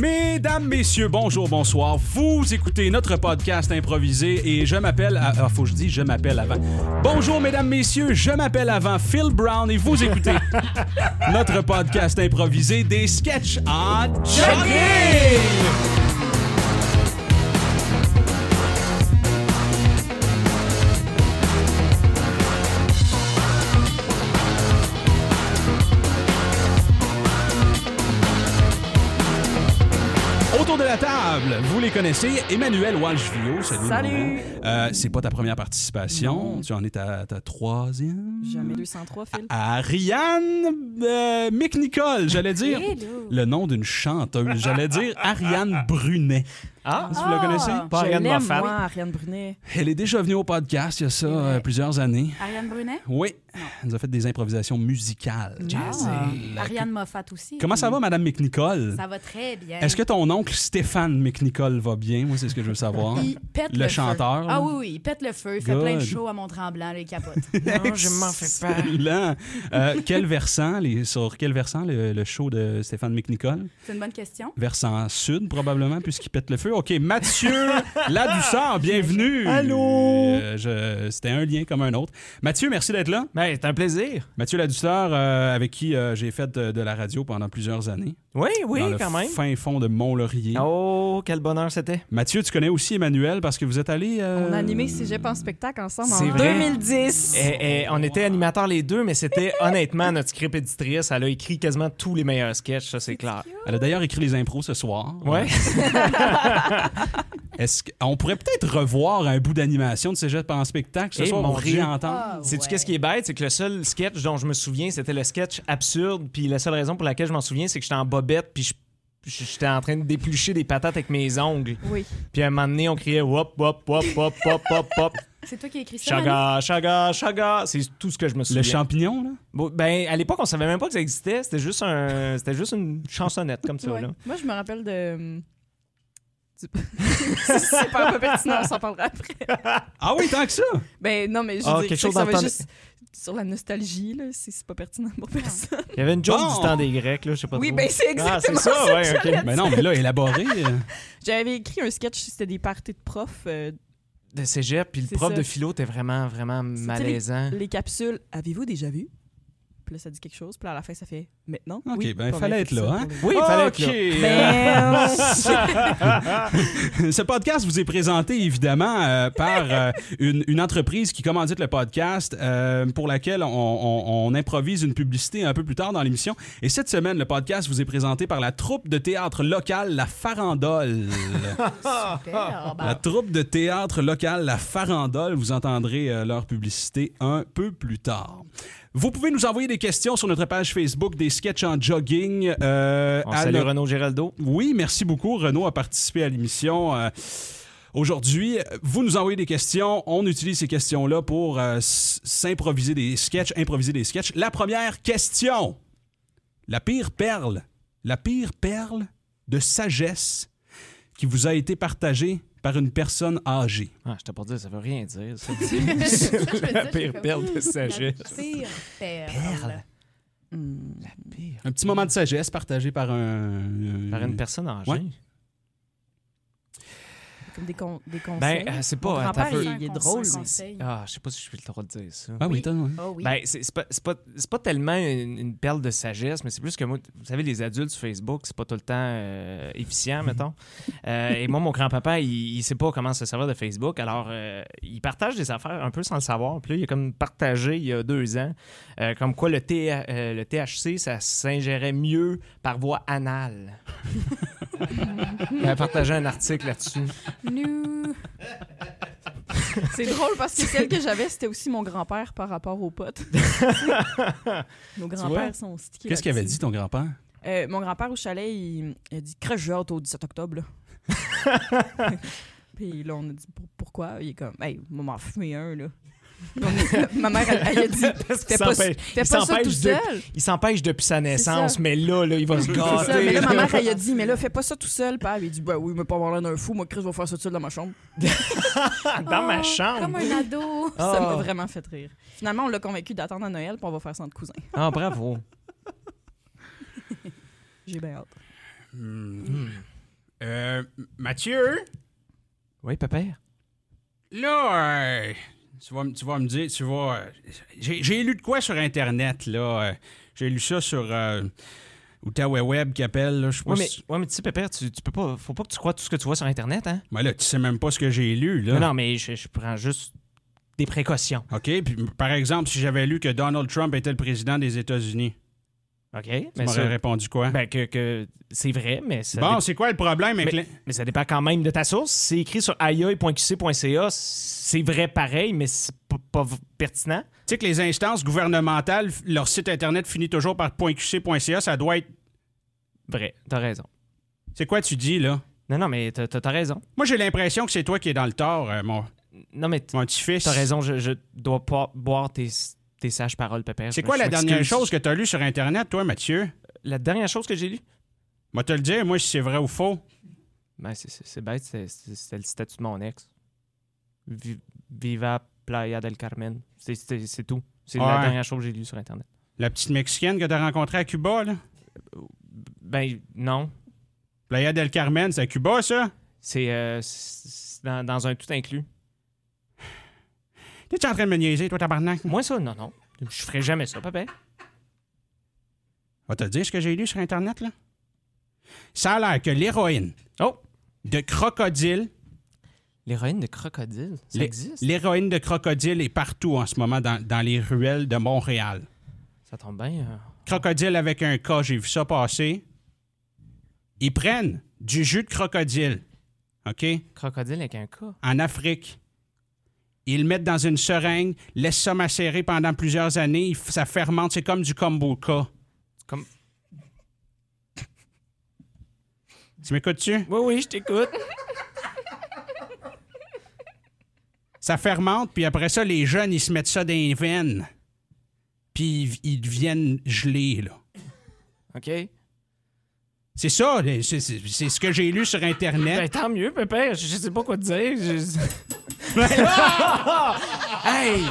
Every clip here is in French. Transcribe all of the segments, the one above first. Mesdames, messieurs, bonjour, bonsoir. Vous écoutez notre podcast improvisé et je m'appelle. à- Ah, faut que je dise je m'appelle avant. Bonjour, mesdames, messieurs, je m'appelle avant Phil Brown et vous écoutez notre podcast improvisé des sketchs en jogging. Autour de la table, vous les connaissez, Emmanuel Walsh-Vio. Salut. Salut. Emmanuel. Euh, c'est pas ta première participation, tu en es à ta troisième. Jamais 203, Phil. Ariane euh, Mick Nicole, j'allais dire. Hello. Le nom d'une chanteuse, j'allais dire Ariane Brunet. Ah, Vous la connaissez? Pas je Ariane l'aime, Moffat. moi, Ariane Brunet. Elle est déjà venue au podcast il y a ça euh, plusieurs années. Ariane Brunet? Oui, elle nous a fait des improvisations musicales. jazzy. La- Ariane Moffat aussi. Ben, Mm. Comment ça va, Madame McNicol? Ça va très bien. Est-ce que ton oncle Stéphane McNicol va bien? Moi, c'est ce que je veux savoir. Il pète le le, chanteur, Feu. là? Ah oui, oui, il pète le feu. Il fait Good. plein de shows à Mont-Tremblant, là, il capote. Non, je m'en fais pas. Excellent. Euh, quel versant, les- sur quel versant le, le show de Stéphane McNicol? C'est une bonne question. Versant sud, probablement, puisqu'il pète le feu. OK, Mathieu Ladussard, bienvenue. Allô? Euh, je- C'était un lien comme un autre. Mathieu, merci d'être là. Ben, c'est un plaisir. Mathieu Ladussard, euh, avec qui euh, j'ai fait de, de la radio pendant plusieurs années. Oui, oui, dans le quand même. fin fond de Mont-Laurier. Oh, quel bonheur c'était. Mathieu, tu connais aussi Emmanuel parce que vous êtes allé... euh, On a animé Cégep en spectacle ensemble C'est en vrai. 2010. Et, et on était animateurs les deux, mais c'était honnêtement notre script éditrice. Elle a écrit quasiment tous les meilleurs sketchs, ça c'est clair. Elle a d'ailleurs écrit les impros ce soir. Ouais. Est-ce qu'on pourrait peut-être revoir un bout d'animation de Cégep en spectacle ce Eh, soir? mon on Dieu. Ah. réentend. Sais-tu qu'est-ce qui est bête? C'est que le seul sketch dont je me souviens, c'était le sketch absurde. Puis la seule raison pour laquelle je m'en souviens, c'est que j'étais en bobette, puis je- j'étais en train de déplucher des patates avec mes ongles. Oui. Puis à un moment donné, on criait wop, wop, wop, wop, wop, wop, wop. C'est toi qui as écrit ça, Manu? Chaga, chaga, chaga. C'est tout ce que je me souviens. Le champignon, là? Bon, ben, à l'époque, on savait même pas que ça existait. C'était juste, un, c'était juste une chansonnette comme ça. Ouais. Là. Moi, je me rappelle de. hum, du- c'est pas un peu pertinent, on s'en parlera après. Ah oui, tant que ça! Ben non, mais je Ah, veux dire, quelque je sais que chose ça va d'entendre. juste sur la nostalgie, là, c'est c'est pas pertinent pour personne. Il y avait une joke Bon. du temps des Grecs, là, je sais pas Oui, Ah, trop. ben c'est Ah, c'est exactement ça, ça. ouais, que j'allais ok. Mais non, mais là, élaboré. euh, J'avais écrit un sketch, c'était des parties de profs, euh, De cégep, puis le C'est prof ça. de philo était vraiment, vraiment malaisant. les capsules. Avez-vous déjà vu? Puis là, ça dit quelque chose, puis là, à la fin, ça fait maintenant. OK, oui, ben, pas fallait mal, être là, ça, hein? pour les- Ben, euh, Oui, il fallait être OK. Ben, là. Ce podcast vous est présenté évidemment euh, par euh, une, une entreprise qui commandite le podcast euh, pour laquelle on, on- on improvise une publicité un peu plus tard dans l'émission. Et cette semaine, le podcast vous est présenté par la troupe de théâtre locale La Farandole. Super. La Bah, troupe de théâtre locale La Farandole, vous entendrez euh, leur publicité un peu plus tard. Vous pouvez nous envoyer des questions sur notre page Facebook des sketchs en jogging euh, On à salue notre- Renaud Géraldo. oui, merci beaucoup. Renaud a participé à l'émission. euh, Aujourd'hui, vous nous envoyez des questions. On utilise ces questions-là pour euh, s- s'improviser des sketchs, improviser des sketchs. La première question. La pire perle. La pire perle de sagesse qui vous a été partagée par une personne âgée. Ah, je t'ai pas dit, ça veut rien dire. ça. La pire perle de sagesse. La pire perle. Hmm. Un petit moment de sagesse partagé par un... Par une personne âgée. Ouais. Comme des, con- des conseils. Ben, euh, c'est Mon pas. attends grand-père, un peu. il- il est drôle, mais Conseil. Ah, je sais pas si je suis le droit de dire ça. Ah oui, t'as- ouais. Oh oui. Ben, c'est c'est pas, c'est pas- c'est pas tellement une, une perle de sagesse, mais c'est plus que moi. Vous savez, les adultes sur Facebook, c'est pas tout le temps euh, efficient, Mhm. mettons. Euh, et moi, mon grand-papa, il, il sait pas comment se servir de Facebook. Alors, euh, il partage des affaires un peu sans le savoir. Puis là, il a comme partagé il y a deux ans, euh, comme quoi le, T- euh, le THC, ça s'ingérait mieux par voie anale. il a partagé un article là-dessus. Nous. C'est drôle parce que celle que j'avais, c'était aussi mon grand-père par rapport aux potes. Nos vois? grands-pères sont stickés. Qu'est-ce qu'il avait dit, ton grand-père? Euh, mon grand-père au chalet, il, il a dit Crèche j'ai hâte au 17 octobre. là. Puis là, on a dit Pour- pourquoi Il est comme Hey, maman, m'en fumé un, là. Puis on est- Ma mère, elle, elle a dit Parce qu'il Fais pas, s'empêche- fais il pas ça s'empêche tout de- seul. Il s'empêche depuis sa naissance, ça. mais là, là, il va se C'est ça. Mais gâter. là, ma mère, elle a dit Mais là, fais pas ça tout seul. Puis elle a dit Bah oui, mais pas avoir l'air d'un fou. Moi, Chris va faire ça tout seul dans ma chambre. Dans ma Oh, chambre. Comme un ado. Ça Ah. m'a vraiment fait rire. Finalement, on l'a convaincu d'attendre à Noël, puis on va faire ça entre cousins. Ah, bravo. J'ai bien hâte. Hmm. Euh, Mathieu, Oui, papa? là, euh, tu, vas, me- tu vas me dire, tu vas. euh, J'ai j'ai lu de quoi sur Internet, là? euh, J'ai lu ça sur euh, Outaouais Web qui appelle, là, je sais pas Oui, mais, si- ouais, mais tu sais, Pépère, tu, tu peux pas. Faut pas que tu crois tout ce que tu vois sur Internet, hein? Mais là, tu sais même pas ce que j'ai lu, là. Non, non, mais je, je prends juste des précautions. OK? Puis, par exemple, si j'avais lu que Donald Trump était le président des États-Unis, OK? tu Mais m'aurais ça- répondu quoi? ben, que, que c'est vrai, mais ça, bon, dé- c'est quoi le problème avec mais, l'in- mais ça dépend quand même de ta source. C'est écrit sur ayoy.qc.ca. C'est vrai pareil, mais c'est pas, pas v- pertinent. Tu sais que les instances gouvernementales, f- leur site Internet finit toujours par .qc.ca, ça doit être... Vrai, t'as raison. C'est quoi tu dis, là? Non, non, mais t'as t'as- t'as raison. Moi, j'ai l'impression que c'est toi qui es dans le tort, euh, mon, Non, mais t- mon petit-fils. t'as raison, je, je dois pas boire tes, tes sages paroles, Pépère. C'est Je- quoi Ben, la je dernière m'excuse. chose que tu as lue sur Internet, toi, Mathieu? La dernière chose que j'ai lue? Moi, te le dire, moi, si c'est vrai ou faux. Ben, c'est- c'est c'est bête, c'est- c'est- c'était le statut de mon ex. Vi- Viva Playa del Carmen. C'est- C'est c'est tout. C'est Ouais. la dernière chose que j'ai lue sur Internet. La petite Mexicaine que tu as rencontrée à Cuba, là? Ben, non. Playa del Carmen, c'est à Cuba, ça? C'est euh, c'est- c'est dans, dans un tout inclus. T'es-tu en train de me niaiser, toi, tabarnak? Moi, ça, non, non. Je ferai jamais ça, papa. Va te dire ce que j'ai lu sur Internet, là? Ça a l'air que l'héroïne Oh! de crocodile, L'héroïne de crocodile, ça l'hé- existe? l'héroïne de crocodile est partout en ce moment dans, dans les ruelles de Montréal. Ça tombe bien. euh. Crocodile avec un K, j'ai vu ça passer. Ils prennent du jus de crocodile, OK, Crocodile avec un K. en Afrique. Ils le mettent dans une seringue, laissent ça macérer pendant plusieurs années, il f- ça fermente, c'est comme du kombucha. Comme... Tu m'écoutes-tu? Oui, oui, je t'écoute. Ça fermente, puis après ça, les jeunes, ils se mettent ça dans les veines. Puis ils- ils deviennent gelés, là. OK. C'est ça, les- c'est c'est- c'est ce que j'ai lu sur Internet. Ben, tant mieux, papa. Je, je sais pas quoi te dire. Je- hey!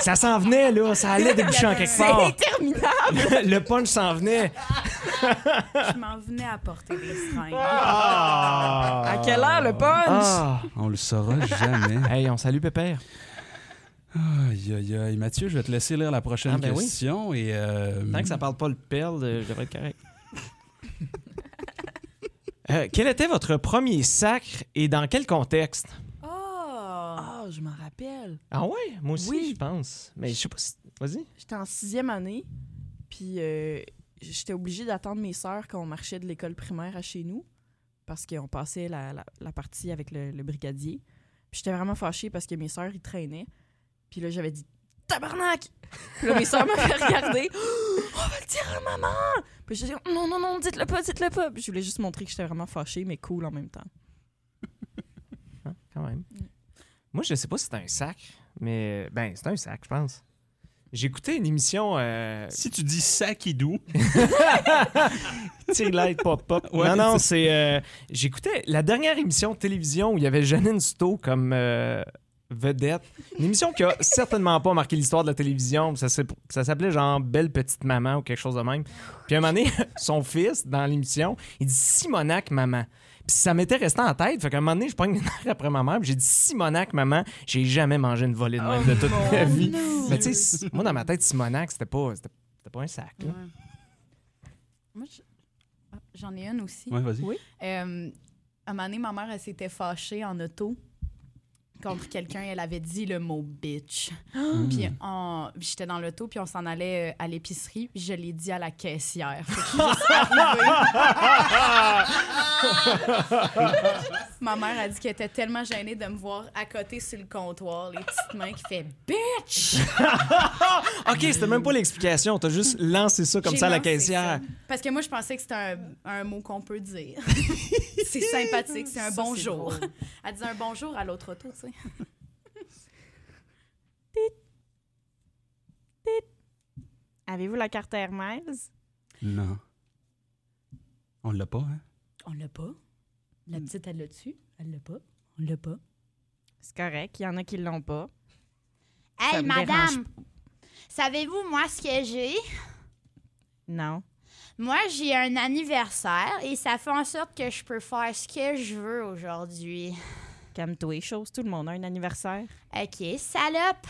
Ça s'en venait, là. Ça allait déboucher en quelque part. C'est terminable! Le punch s'en venait. Je m'en venais à porter des seringues. Ah! À quelle heure le punch? Ah! Ben, On le saura jamais. Hey, on salue Pépère. aïe, aïe, aïe. Mathieu, je vais te laisser lire la prochaine Ah, ben oui. question. Et, euh, Tant que ça parle pas le perle, euh, je devrais être correct. Euh, quel était votre premier sacre et dans quel contexte? Oh! Ah, je m'en rappelle. Ah ouais, moi aussi, Oui. je pense. Mais je sais pas si... Vas-y. J'étais en sixième année, puis euh, j'étais obligée d'attendre mes sœurs quand on marchait de l'école primaire à chez nous, parce qu'on passait la, la- la partie avec le, le brigadier. Puis j'étais vraiment fâchée parce que mes sœurs, ils traînaient. Puis là, j'avais dit « Tabarnak! » Puis là, mes sœurs m'avaient regardé. « On va le dire à maman! » Puis j'ai dit « Non, non, non, dites-le pas, dites-le pas! » Puis je voulais juste montrer que j'étais vraiment fâchée, mais cool en même temps. Hein, quand même. Moi, je sais pas si c'est un sacre, mais ben, c'est un sacre, je pense. J'écoutais une émission euh, Si tu dis sakidou, Tea Light Pop Pop. Ouais, non, non, c'est. euh, J'écoutais la dernière émission de télévision où il y avait Janine Sto comme euh, vedette. Une émission qui a certainement pas marqué l'histoire de la télévision. Ça s'app- ça s'appelait genre Belle Petite Maman ou quelque chose de même. Puis à un moment donné, son fils, dans l'émission, il dit Simonac Maman. Puis ça m'était resté en tête. Fait qu'à un moment donné, je prends une heure après ma mère. puis J'ai dit Simonac Maman. J'ai jamais mangé une volée de même de toute ma vie. Mais tu sais, moi, dans ma tête, Simonac, c'était pas, c'était- c'était pas un sac. là. Ouais. Moi, je- ah, j'en ai une aussi. Ouais, vas-y. Euh, à un moment donné, ma mère, elle s'était fâchée en auto contre quelqu'un. Elle avait dit le mot bitch. Ah! Puis en- j'étais dans l'auto, puis on s'en allait euh, à l'épicerie. puis Je l'ai dit à la caissière. Fait que je suis juste arrivée. ma mère a dit qu'elle était tellement gênée de me voir à côté sur le comptoir, les petites mains qui fait bitch. OK, c'était même pas l'explication. T'as juste lancé ça comme J'ai ça à la lancé caissière. ça. Parce que moi, je pensais que c'était un, un mot qu'on peut dire. c'est sympathique, c'est un bonjour. Elle disait un bonjour à l'autre auto, tu sais. Avez-vous la carte Hermès? Non. On l'a pas, hein? On l'a pas. La Hmm. petite, elle l'a dessus. Elle l'a pas. On l'a pas. C'est correct, il y en a qui l'ont pas. Ça Hey, me dérange madame, savez-vous, moi, ce que j'ai? Non. Moi, j'ai un anniversaire et ça fait en sorte que je peux faire ce que je veux aujourd'hui. Calme-toi les choses, tout le monde a un anniversaire. OK, salope.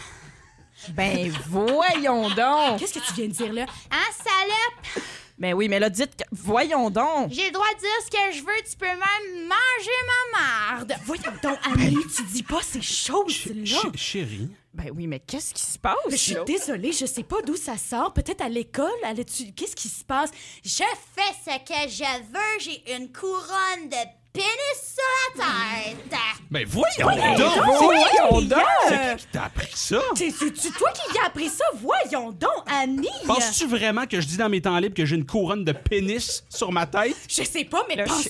Ben voyons donc! Qu'est-ce que tu viens de dire là? Hein, salope? Ben oui, mais là, dites que... Voyons donc! J'ai le droit de dire ce que je veux. Tu peux même manger ma marde. Voyons donc, Annie, tu dis pas ces choses-là. Ch- chérie, Ben oui, mais qu'est-ce qui se passe? Je suis là? désolée, je sais pas d'où ça sort. Peut-être à l'école, à l'étu- qu'est-ce qui se passe? Je fais ce que je veux. J'ai une couronne de pénis sur la tête. ben voyons donc! Voyons donc! C'est qui qui t'a appris ça? C'est c'est-tu toi qui as appris ça? Voyons donc, Annie! Penses-tu vraiment que je dis dans mes temps libres que j'ai une couronne de pénis sur ma tête? Je sais pas, mais Là, pense... je,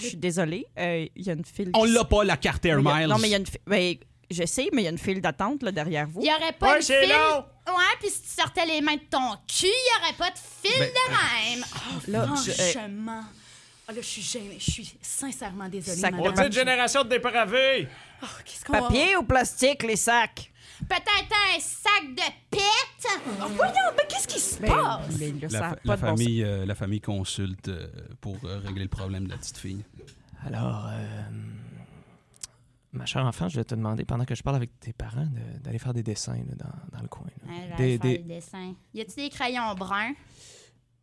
je suis désolée, euh, il y a une file. On qui- l'a pas, la carte Air Mais il y a- Miles. Non, mais il y a une file. Ben, je sais, mais il y a une file d'attente là, derrière vous. Il y aurait pas Ouais, de c'est fil. long. Ouais, puis si tu sortais les mains de ton cul, il y aurait pas de fil Ben, de ah. même. Là, je- euh, Franchement... Ah, là, je suis gênée. Je suis sincèrement désolée, Sac de madame. papier. génération de dépravés. Oh, qu'est-ce qu'on va- papier ou plastique, les sacs? Peut-être un sac de pète. Oh, voyons, mais qu'est-ce qui se Ben, passe? mais là, ça la, a fa- pas la de bon sens. famille, euh, la famille consulte euh, pour euh, régler le problème de la petite fille. Alors, euh, ma chère enfant, je vais te demander, pendant que je parle avec tes parents, de- d'aller faire des dessins là, dans, dans le coin. là. Ouais, je vais Des- aller faire des- le dessin. Y a-tu des crayons bruns?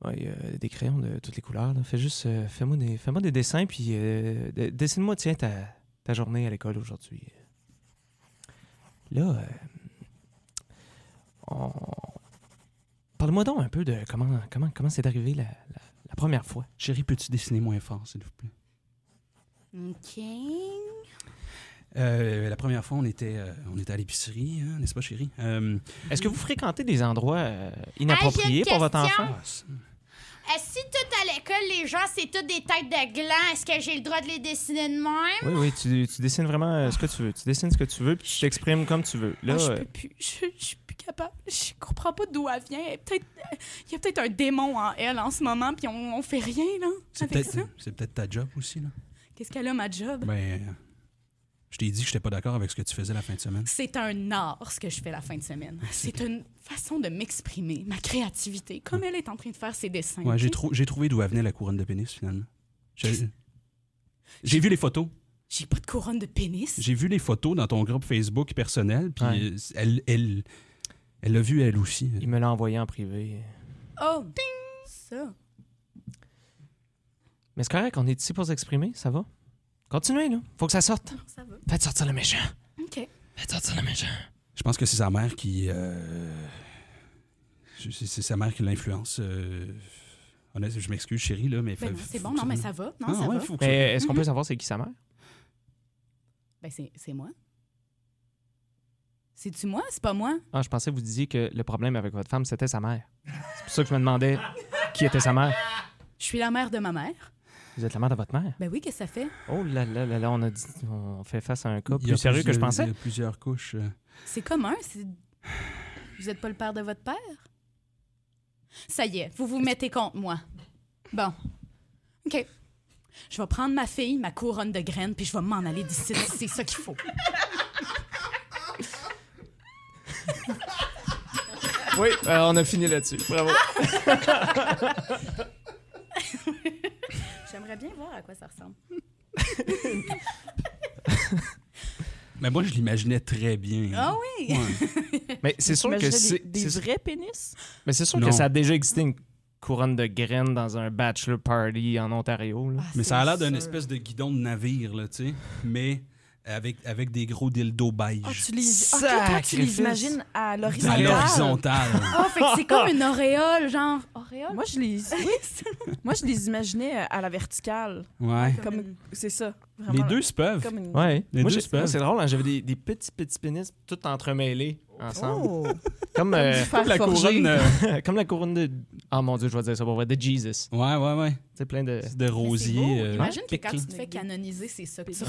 Ouais, euh, des crayons de toutes les couleurs. là. Fais juste, euh, fais-moi des, fais-moi des dessins, puis euh, de- dessine-moi, tiens, ta, ta journée à l'école aujourd'hui. Là, euh, on... parle-moi donc un peu de comment, comment, comment c'est arrivé la, la- la première fois. Chérie, peux-tu dessiner moins fort, s'il vous plaît? OK. Euh, la première fois, on était, euh, on était à l'épicerie, hein, n'est-ce pas, chérie? Euh, Est-ce que vous fréquentez des endroits euh, Ah, j'ai inappropriés une pour votre question. enfant? ah, c'est- Euh, si tout à l'école, les gens, c'est toutes des têtes de gland, est-ce que j'ai le droit de les dessiner de même? Oui, oui, tu, tu dessines vraiment euh, ce que tu veux. Tu dessines ce que tu veux, puis tu t'exprimes comme tu veux. Là, Ah, je euh, peux plus. Je, je suis plus capable. Je comprends pas d'où elle vient. Elle est peut-être- Il y a peut-être un démon en elle en ce moment, puis on, on fait rien, là, c'est avec peut-être ça. c'est peut-être ta job aussi, là. Qu'est-ce qu'elle a, ma job? Ben, euh, je t'ai dit que j'étais pas d'accord avec ce que tu faisais la fin de semaine. C'est un art, ce que je fais la fin de semaine. C'est une façon de m'exprimer, ma créativité, comme elle est en train de faire ses dessins. Ouais, j'ai, ben, ok? trou- j'ai trouvé d'où elle venait la couronne de pénis, finalement. J'ai... j'ai vu les photos. J'ai pas de couronne de pénis. J'ai vu les photos dans ton groupe Facebook personnel, puis Ouais. euh, elle, elle, elle l'a vu elle aussi. il me l'a envoyé en privé. Oh! Ça. Mais c'est correct, on est ici pour s'exprimer, ça va? Continuez, là. Faut que ça sorte. Non, ça va. Faites sortir le méchant. OK. Faites sortir le méchant. Je pense que c'est sa mère qui. euh, c'est- C'est sa mère qui l'influence. euh, honnêtement, je m'excuse, chérie, là, mais. Ben fa- non, c'est faut bon. que Non, tu- mais ça va. Non, Ah, ça ouais, va. faut que ça- Mais euh, est-ce qu'on peut savoir c'est qui sa mère? Ben, c'est c'est moi. C'est-tu moi? C'est pas moi? Ah, je pensais que vous disiez que le problème avec votre femme, c'était sa mère. C'est pour ça que je me demandais qui était sa mère. Je suis la mère de ma mère. Vous êtes la mère de votre mère? Ben oui, qu'est-ce que ça fait? Oh là là là là, on a dit- on fait face à un cas Il y a euh, plus sérieux que plusieurs- je pensais. Il y a plusieurs couches. euh. C'est commun. c'est- Vous n'êtes pas le père de votre père? Ça y est, vous vous mettez contre moi. Bon. OK. Je vais prendre ma fille, ma couronne de graines, puis je vais m'en aller d'ici. C'est ça qu'il faut. Oui, euh, on a fini là-dessus. Bravo. J'aimerais bien voir à quoi ça ressemble. Mais moi, je l'imaginais très bien. Ah oui! Ouais. Mais c'est sûr que Imaginez c'est. des, des c'est- vrais pénis? Mais c'est sûr Non. que ça a déjà existé une couronne de graines dans un bachelor party en Ontario. là. Mais ça a l'air d'un espèce de guidon de navire, là, tu sais. Mais avec, avec des gros dildos beige. Ah, tu les, Ok, toi, tu les Sacrifice. imagines à à l'horizontale. l'horizontale. Oh, fait que c'est comme une auréole, genre. Auréole? Moi, je les, oui, moi, je les imaginais à la verticale. ouais. Ah, Comme, c'est ça. Vraiment, Les deux se peuvent. Comme une... Ouais. Les Moi, deux j'ai- se peuvent. moi, c'est drôle, hein, j'avais des, des petits, petits pénis tout entremêlés ensemble. Oh! Comme, euh, Faire La forger. couronne. euh, comme la couronne de. Ah mon dieu, je vais dire ça pour vrai, de Jesus. Ouais, ouais, ouais. Tu sais, plein de. C'est de Mais c'est rosier. beau. euh, Imagine que pique, quand là. tu te fais canoniser, c'est ça que tu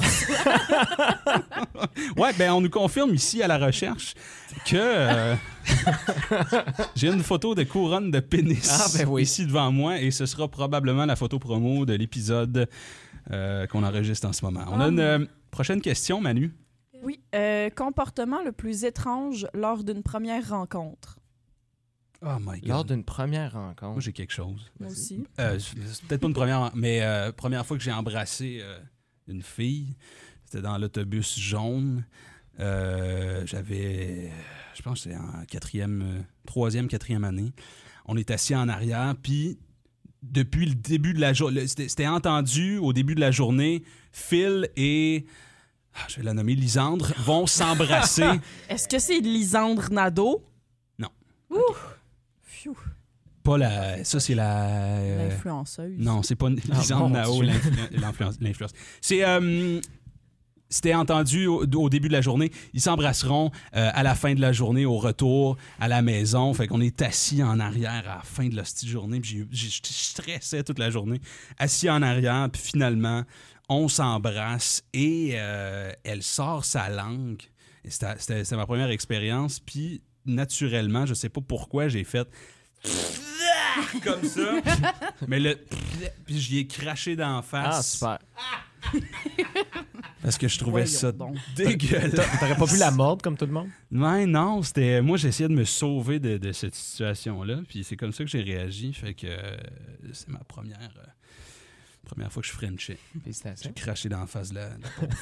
Ouais, ben on nous confirme ici à la recherche que euh, j'ai une photo de couronne de pénis Ah, ben oui. ici devant moi et ce sera probablement la photo promo de l'épisode euh, qu'on enregistre en ce moment. On a une euh, prochaine question, Manu. Oui. euh, comportement le plus étrange lors d'une première rencontre. Oh my God. Lors d'une première Moi, rencontre. j'ai quelque chose. Moi aussi. Euh, c'est peut-être pas une première, mais euh, première fois que j'ai embrassé euh, une fille, c'était dans l'autobus jaune. Euh, j'avais, je pense, que c'est en quatrième, euh, troisième, quatrième année. On est assis en arrière, puis depuis le début de la journée, c'était c'était entendu au début de la journée, Phil et ah, je vais la nommer Lisandre vont s'embrasser. Est-ce que c'est Lisandre Nadeau? Non. Ouh! Phew. pas la, ça c'est la. euh, L'influenceuse. Non, c'est pas une- Ah, Lisandre mon Nao, Dieu. l'influ- l'influence. l'influence. C'est. euh, c'était entendu au, au début de la journée. Ils s'embrasseront euh, à la fin de la journée, au retour à la maison. Fait qu'on est assis en arrière à la fin de la petite journée. Puis j'ai eu- j'ai- j'étais stressé toute la journée. Assis en arrière, puis finalement, on s'embrasse et euh, elle sort sa langue. Et C'était c'était- c'était ma première expérience. Puis naturellement, je sais pas pourquoi j'ai fait comme ça. Mais le. Puis j'y ai craché d'en Ah, face. super. parce que je trouvais Voyons ça donc. dégueulasse. T'aurais pas pu la mordre comme tout le monde? Ouais, non, c'était. Moi, j'essayais de me sauver de, de cette situation-là. Puis c'est comme ça que j'ai réagi. Fait que euh, c'est ma première. euh, Première fois que je Frenchais. J'ai Félicitations. craché d'en face de la, de la pauvre.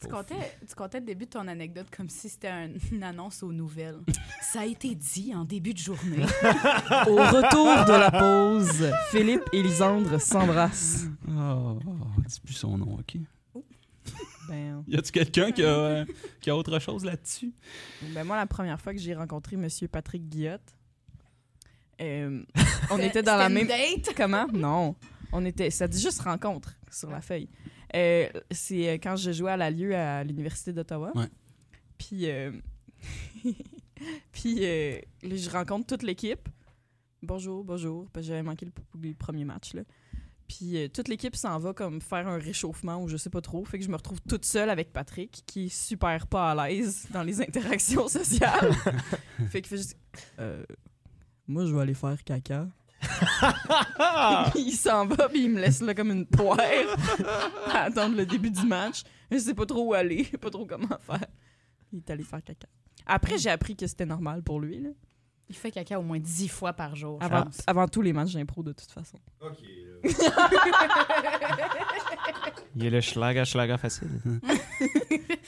Tu comptais, tu comptais le début de ton anecdote comme si c'était un- une annonce aux nouvelles. Ça a été dit en début de journée. Au retour de la pause, Philippe et Lisandre s'embrassent. Oh, oh, dis plus son nom, OK? Ben, Y a-tu quelqu'un qui, a, euh, qui a autre chose là-dessus? ben, moi, la première fois que j'ai rencontré Monsieur Patrick Guillotte, euh, on était dans la C'était même... une date. Comment? Non. On était, ça dit juste rencontre sur la feuille. Euh, c'est euh, quand je jouais à la lieu à l'Université d'Ottawa. Ouais. Puis, euh, puis euh, là, je rencontre toute l'équipe. Bonjour, bonjour. Parce que j'avais manqué le, p- le premier match. Là. Puis euh, toute l'équipe s'en va comme faire un réchauffement ou je sais pas trop. Fait que je me retrouve toute seule avec Patrick qui est super pas à l'aise dans les interactions sociales. fait que fait juste. euh, moi, je vais aller faire caca. Puis il s'en va, puis il me laisse là comme une poire à attendre le début du match. Je sais pas trop où aller, pas trop comment faire. Il est allé faire caca. Après, j'ai appris que c'était normal pour lui, là. Il fait caca au moins dix fois par jour. je Avant, pense. avant tous les matchs d'impro, de toute façon. Il est le schlaga schlaga facile.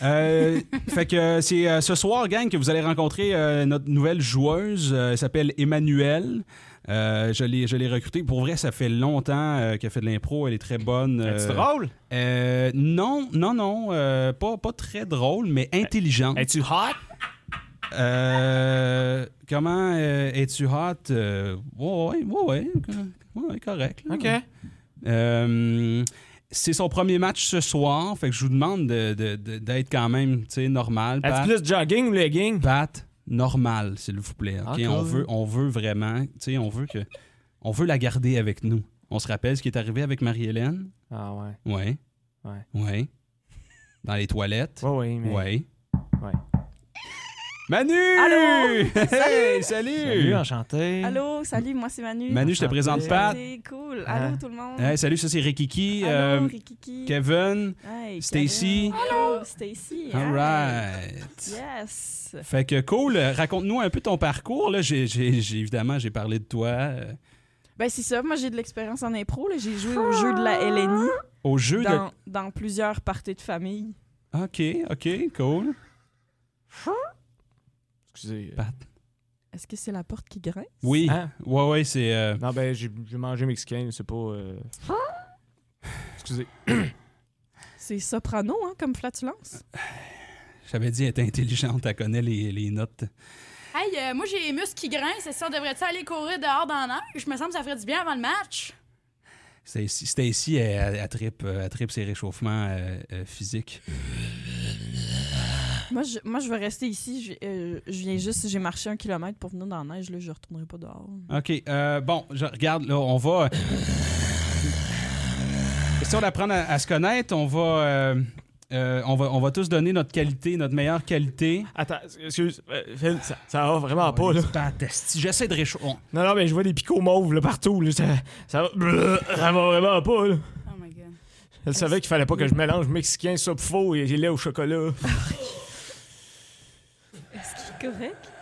Euh, fait que c'est euh, ce soir, gang, que vous allez rencontrer euh, notre nouvelle joueuse. Euh, elle s'appelle Emmanuelle. Euh, je l'ai je l'ai recrutée. Pour vrai, ça fait longtemps euh, qu'elle fait de l'impro. Elle est très bonne. euh, Es-tu drôle? euh, non, non, non. euh, pas, pas très drôle, mais intelligente. Es-tu hot? Euh, comment euh, es-tu hot? Euh, ouais, ouais, ouais, ouais, ouais, correct. là. OK. Euh, c'est son premier match ce soir. Fait que je vous demande de- de- de- d'être quand même tu sais, normal. Pat. As-tu plus jogging ou legging? Pat normal, s'il vous plaît. ok? Encore. On, veut, on veut vraiment, tu sais, on veut que, on veut la garder avec nous. On se rappelle ce qui est arrivé avec Marie-Hélène. Ah ouais. Ouais. Ouais. Ouais. Dans les toilettes. Ouais, oui, mais... Ouais. Ouais. Manu! Allô? Hey, salut! Salut, enchanté. Allô, salut, moi c'est Manu. Manu, je te présente Salut. Pat. Hein? C'est cool. Ah. Allô, tout le monde. Hey, salut, ça c'est Rikiki, Allô, euh, Rikiki. Kevin, Hey, Stacy. Kevin. Allô, Stacy. All Hey. right. Yes. Fait que cool, euh, raconte-nous un peu ton parcours. Là, j'ai, j'ai- j'ai- évidemment, j'ai parlé de toi euh, Ben, c'est ça. Moi, j'ai de l'expérience en impro. là. J'ai joué au jeu de la LNI au jeu dans, dans plusieurs parties de famille. de. Ok, ok, cool. Excusez. euh. Pat. Est-ce que c'est la porte qui grince? Oui, Hein? ouais, ouais, c'est. euh, Non, ben, j'ai j'ai mangé mexicain, c'est pas... euh, Hein? Excusez. C'est soprano, hein, comme flatulence. J'avais dit, elle est intelligente, elle connaît les, les notes. Hey, euh, moi j'ai les muscles qui grincent. Est-ce qu'on devrait-tu aller courir dehors dans l'air? Je me semble que ça ferait du bien avant le match. Stacy, Stacy, elle, elle, tripe, euh, elle tripe ses réchauffements euh, euh, physiques. Moi, je, moi, je vais rester ici. Je, euh, je viens juste, j'ai marché un kilomètre pour venir dans la neige. Là, je retournerai pas dehors. OK, euh, bon, je regarde, là, on va. euh, Question d'apprendre à, à se connaître, on va, euh, euh, on, va, on va tous donner notre qualité, notre meilleure qualité. Attends, excuse. euh, Phil, ça, ça va vraiment pas, Ah, là. Ah, Fantastique. J'essaie de réchauffer. Non, non, mais je vois des picots mauves, là, partout. Là. Ça, ça va... Bleu, ça va vraiment pas, là. Oh my god. Elle savait qu'il fallait pas que je mélange mexicain, soupe faux et lait au chocolat. Est-ce qu'il est correct,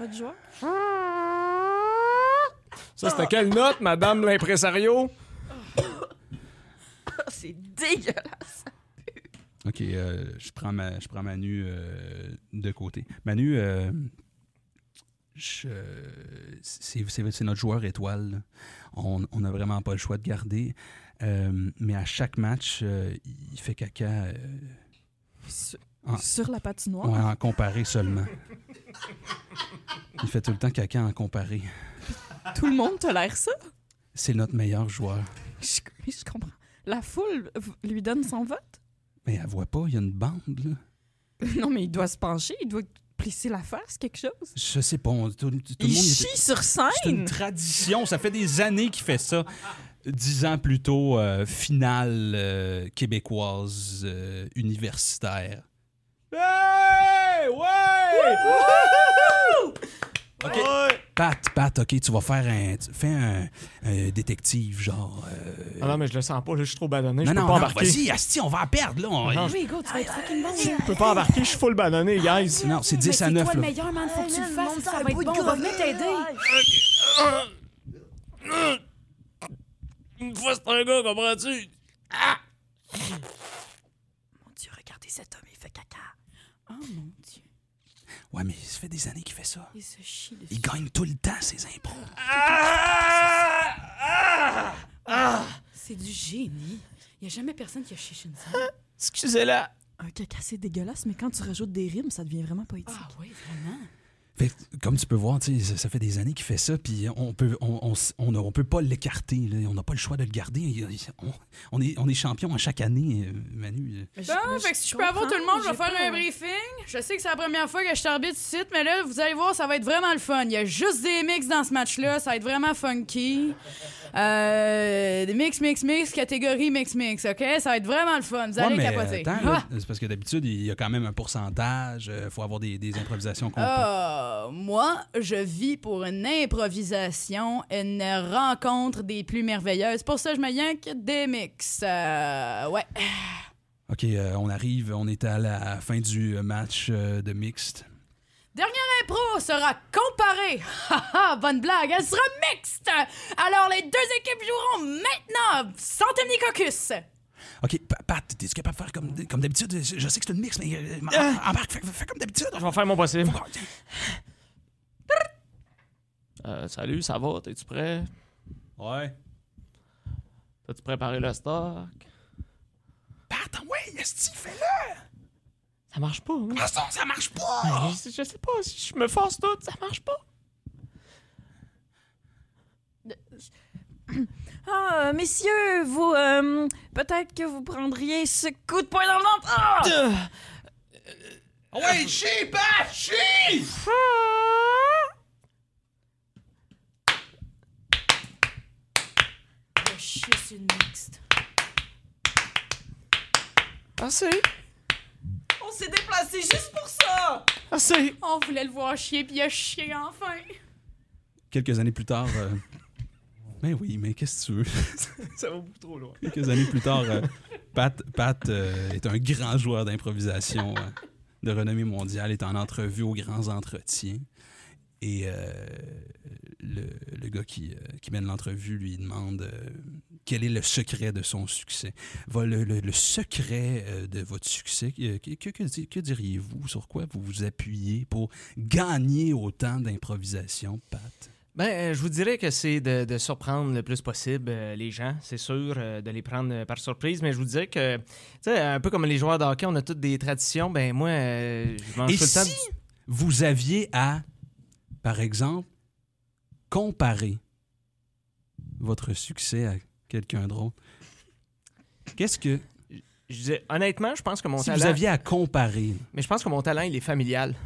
votre joueur? Ça, c'était quelle note, madame l'impresario? C'est dégueulasse. Ok, euh, je prends ma, je prends Manu euh, de côté. Manu, euh, je- c'est c'est- c'est notre joueur étoile. là. On on n'a vraiment pas le choix de garder. Euh, mais à chaque match, euh, il fait caca euh, Sur, Ah. sur la patinoire. ouais, en comparé seulement. Il fait tout le temps caca en comparé. Tout le monde tolère ça. C'est notre meilleur joueur. Je, mais je comprends. La foule v- lui donne son vote. Mais elle voit pas, il y a une bande. Là. Non, mais il doit se pencher, il doit plisser la face, quelque chose. Je sais pas, on- tout, tout le il monde... chie sur C'est une Hein? scène. tradition. Ça fait des années qu'il fait ça. Dix ans plus tôt, euh, finale euh, québécoise euh, universitaire. Hey! Ouais! OK. Ouais! Pat, Pat, OK, tu vas faire un... tu- Fais un, un détective, genre... euh, Ah non, mais je le sens pas, là, je suis trop ballonné. non, Je peux non, pas non, embarquer. vas-y, Asti, on va en perdre, là. On- Non, Oui, go, tu vas être fucking bon. Je peux pas embarquer, je suis full ballonné, guys. Non, c'est 10 à 9, Mais C'est là. toi le meilleur, man. Faut que tu le fasses. Ça va être bon. On va venir t'aider. Une fois, c'est un gars, comprends-tu? Mon Dieu, regardez cet homme, il fait caca. Oh mon Dieu. Ouais, mais ça fait des années qu'il fait ça. Il se chie dessus. Il gagne tout le temps, ses impros. C'est du génie. Il n'y a jamais personne qui a chiché une scène. Excusez-la. Un caca, c'est dégueulasse, mais quand tu rajoutes des rimes, ça devient vraiment poétique. Ah oui, vraiment. Fait que, comme tu peux voir, tu sais, ça, ça fait des années qu'il fait ça, puis on peut, on, on s- on, a- on peut pas l'écarter. là. On n'a pas le choix de le garder. Il- il- On, on est, on est champion à chaque année, euh, Manu. Ah, Bon, Ah, fait que si je peux avoir tout le monde, je vais faire un briefing. Je sais que c'est la première fois que je t'arbitre ici, mais là, vous allez voir, ça va être vraiment le fun. Il y a juste des mix dans ce match-là, ça va être vraiment funky. Euh, des mix, mix, mix, catégorie mix, mix, OK? Ça va être vraiment le fun, vous Ouais, allez mais, capoter. attends, là, Ah! c'est parce que d'habitude, il y a quand même un pourcentage. Il faut avoir des, des improvisations qu'on peut. Ah! Euh, moi, je vis pour une improvisation, une rencontre des plus merveilleuses. Pour ça, je me yank des mix. Euh, ouais. OK, euh, on arrive. On est à la fin du euh, match euh, de mixte. L'impro sera comparée. Ha, ha, Bonne blague, elle sera mixte. Alors les deux équipes joueront maintenant. Santemnicoccus. OK, Pa- Pat, t'es-tu capable de faire comme, comme d'habitude? Je, je sais que c'est une mix, mais euh, em- embarque, fais, fais comme d'habitude. Je vais faire mon possible. Euh, salut, ça va? T'es-tu prêt? Ouais. T'as-tu préparé le stock? Pat, ah ouais, esti, fais-le. Ça marche pas. hein? Ah, ça, ça marche pas. Ah, Je, je sais pas, si je me force tout, ça marche pas. Ah, messieurs, vous, euh, peut-être que vous prendriez ce coup de poing dans le ventre. Ah! Ouais, chie, Pat, chie! Je chie sur une mixte. Assez, On s'est déplacé juste pour ça. assez. On voulait le voir chier, puis il a chié enfin. quelques années plus tard. euh, Mais oui, mais qu'est-ce que tu veux? Ça va beaucoup trop loin. Quelques années plus tard, euh, Pat, Pat euh, est un grand joueur d'improvisation euh, de renommée mondiale, est en entrevue aux grands entretiens. Et euh, le, le gars qui, euh, qui mène l'entrevue lui demande euh, quel est le secret de son succès. Va- Le, le- le secret euh, de votre succès, euh, que, que- que di- que diriez-vous? Sur quoi vous vous appuyez pour gagner autant d'improvisation, Pat? Ben, euh, je vous dirais que c'est de, de surprendre le plus possible euh, les gens, c'est sûr, euh, de les prendre euh, par surprise, mais je vous dirais que, tu sais, un peu comme les joueurs de hockey, on a toutes des traditions, ben moi, euh, je mange Et tout le temps... si vous aviez à, par exemple, comparer votre succès à quelqu'un d'autre, qu'est-ce que... Je disais, honnêtement, je pense que mon si talent... vous aviez à comparer... Mais je pense que mon talent, il est familial.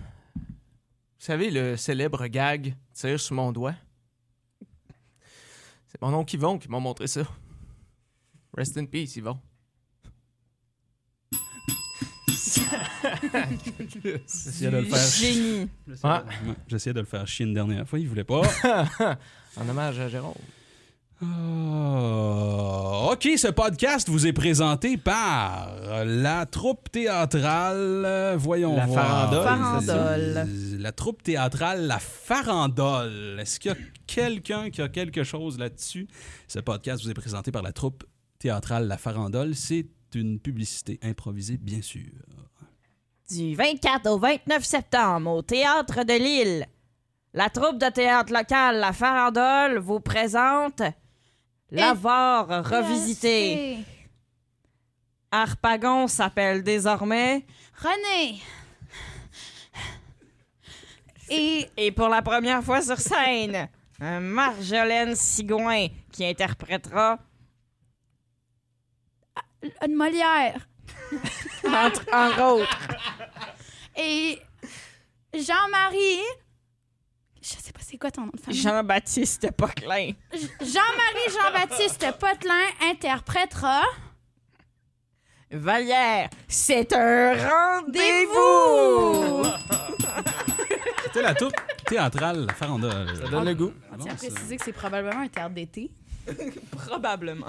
Vous savez, le célèbre gag « tire sur mon doigt ». C'est mon oncle Yvon qui m'a montré ça. Rest in peace, Yvon. J'essayais de le faire... Génie. Ah. Ouais, J'essayais de le faire chier une dernière fois, il voulait pas. en hommage à Jérôme. Ah, OK, ce podcast vous est présenté par la troupe théâtrale, euh, voyons La voir. Farandole. Farandole. La troupe théâtrale La Farandole. Est-ce qu'il y a quelqu'un qui a quelque chose là-dessus, ce podcast vous est présenté par la troupe théâtrale La Farandole. C'est une publicité improvisée, bien sûr. Du 24 au 29 septembre au Théâtre de Lille, la troupe de théâtre locale La Farandole vous présente L'Avare revisité. Arpagon s'appelle désormais René! et... pour la première fois sur scène, un Marjolaine Sigouin qui interprétera Une Molière. entre, en autres Et Jean-Marie. Je sais pas c'est quoi ton nom de famille. Jean-Baptiste Poquelin. J- Jean-Marie Jean-Baptiste Potelin interprétera. Valière, c'est un rendez-vous! C'était la troupe théâtrale La Farandole. Ça donne le goût. Ah On bon, tient à ça. préciser que c'est probablement un théâtre d'été. Probablement.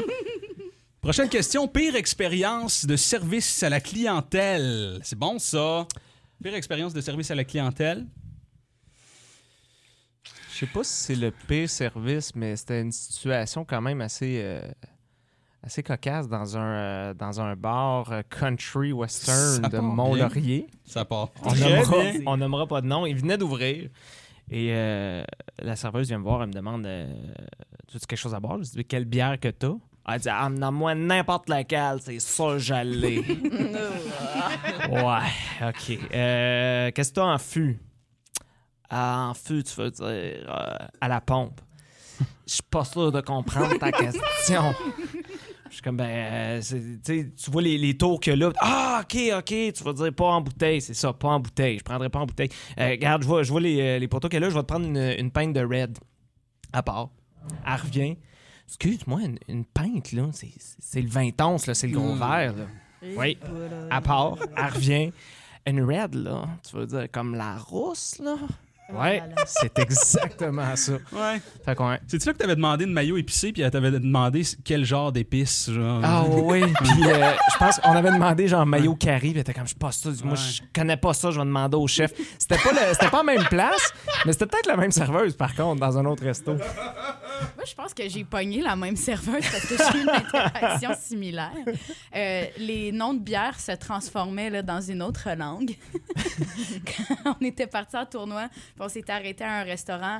Prochaine question. Pire expérience de service à la clientèle. C'est bon, ça? Pire expérience de service à la clientèle? Je sais pas si c'est le pire service, mais c'était une situation quand même assez, euh, assez cocasse dans un, euh, dans un bar euh, country western Ça de part bien. Mont-Laurier. Ça part. On Très nommera, bien. on nommera pas de nom. Il venait d'ouvrir. Et euh, la serveuse vient me voir, elle me demande euh, Tu veux quelque chose à boire Je dis Quelle bière que t'as Elle dit Ah, moi n'importe laquelle, c'est ça, j'allais. ouais, ok. Euh, Qu'est-ce que t'as en fût Ah, En fût, tu veux dire euh, à la pompe. Je suis pas sûr de comprendre ta question. Je suis comme, ben, euh, c'est- tu sais, tu vois les, les tours que là. Ah, OK, OK, tu vas dire pas en bouteille, c'est ça, pas en bouteille. Je prendrai pas en bouteille. Euh, regarde, je vois, je vois les, euh, les poteaux qu'elle a là, je vais te prendre une, une pinte de red. À part. Elle revient. Excuse-moi, une, une pinte, là, c'est- c'est c'est le 20 onces, là, c'est le gros verre, là. Oui. À part, elle revient. Une red, là, tu veux dire comme la rousse, là? Ouais, c'est exactement ça. Ouais. Fait qu'on. C'est-tu là que t'avais demandé une maillot épicée, puis elle t'avait demandé quel genre d'épices, genre? Ah oui, puis euh, je pense qu'on avait demandé genre maillot carré, puis elle était comme je suis pas sûr, moi je connais pas ça, je vais demander au chef. C'était pas le- c'était pas la même place, mais c'était peut-être la même serveuse par contre dans un autre resto. Moi, je pense que j'ai pogné la même serveuse parce que j'ai eu une interaction similaire. Euh, les noms de bières se transformaient là, dans une autre langue. Quand on était parti en tournoi, puis on s'était arrêté à un restaurant